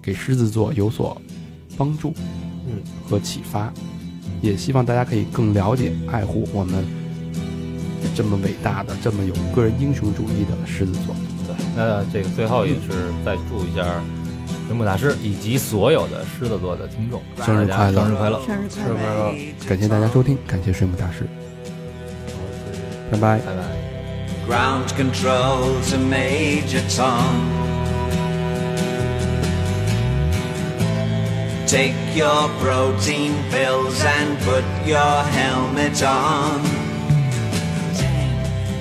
E: 给狮子座有所帮助，
H: 嗯，
E: 和启发，也希望大家可以更了解、爱护我们这么伟大的、这么有个人英雄主义的狮子座。
D: 对，那这个最后也是再祝一下文牧大师以及所有的狮子座的听众
E: 生日
D: 大家
E: 快
D: 生
E: 乐
D: 日快乐！
F: 生日快
H: 是不
F: 乐！
H: 是？
E: 感谢大家收听，感谢水母大师，拜拜。
D: 拜拜。
I: Ground control to Major Tom. Take your protein pills and put your helmet on.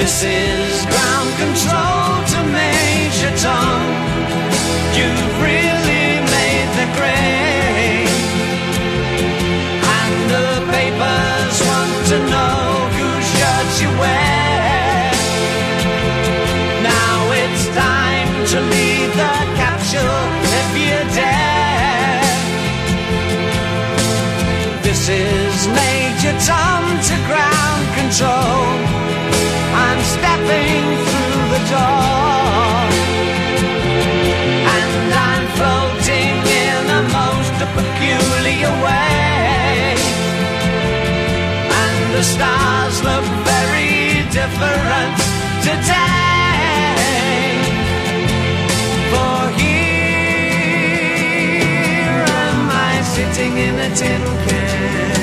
I: This is ground control to Major Tom. You've really made the grade. And the papers want to know whose shirt you wear. Now it's time to leave the capsule if you dare. This is Major Tom to ground control. I'm stepping through the door. And I'm floating in a most peculiar way. And the stars look very different today. For here am I sitting in a tin can. Oh,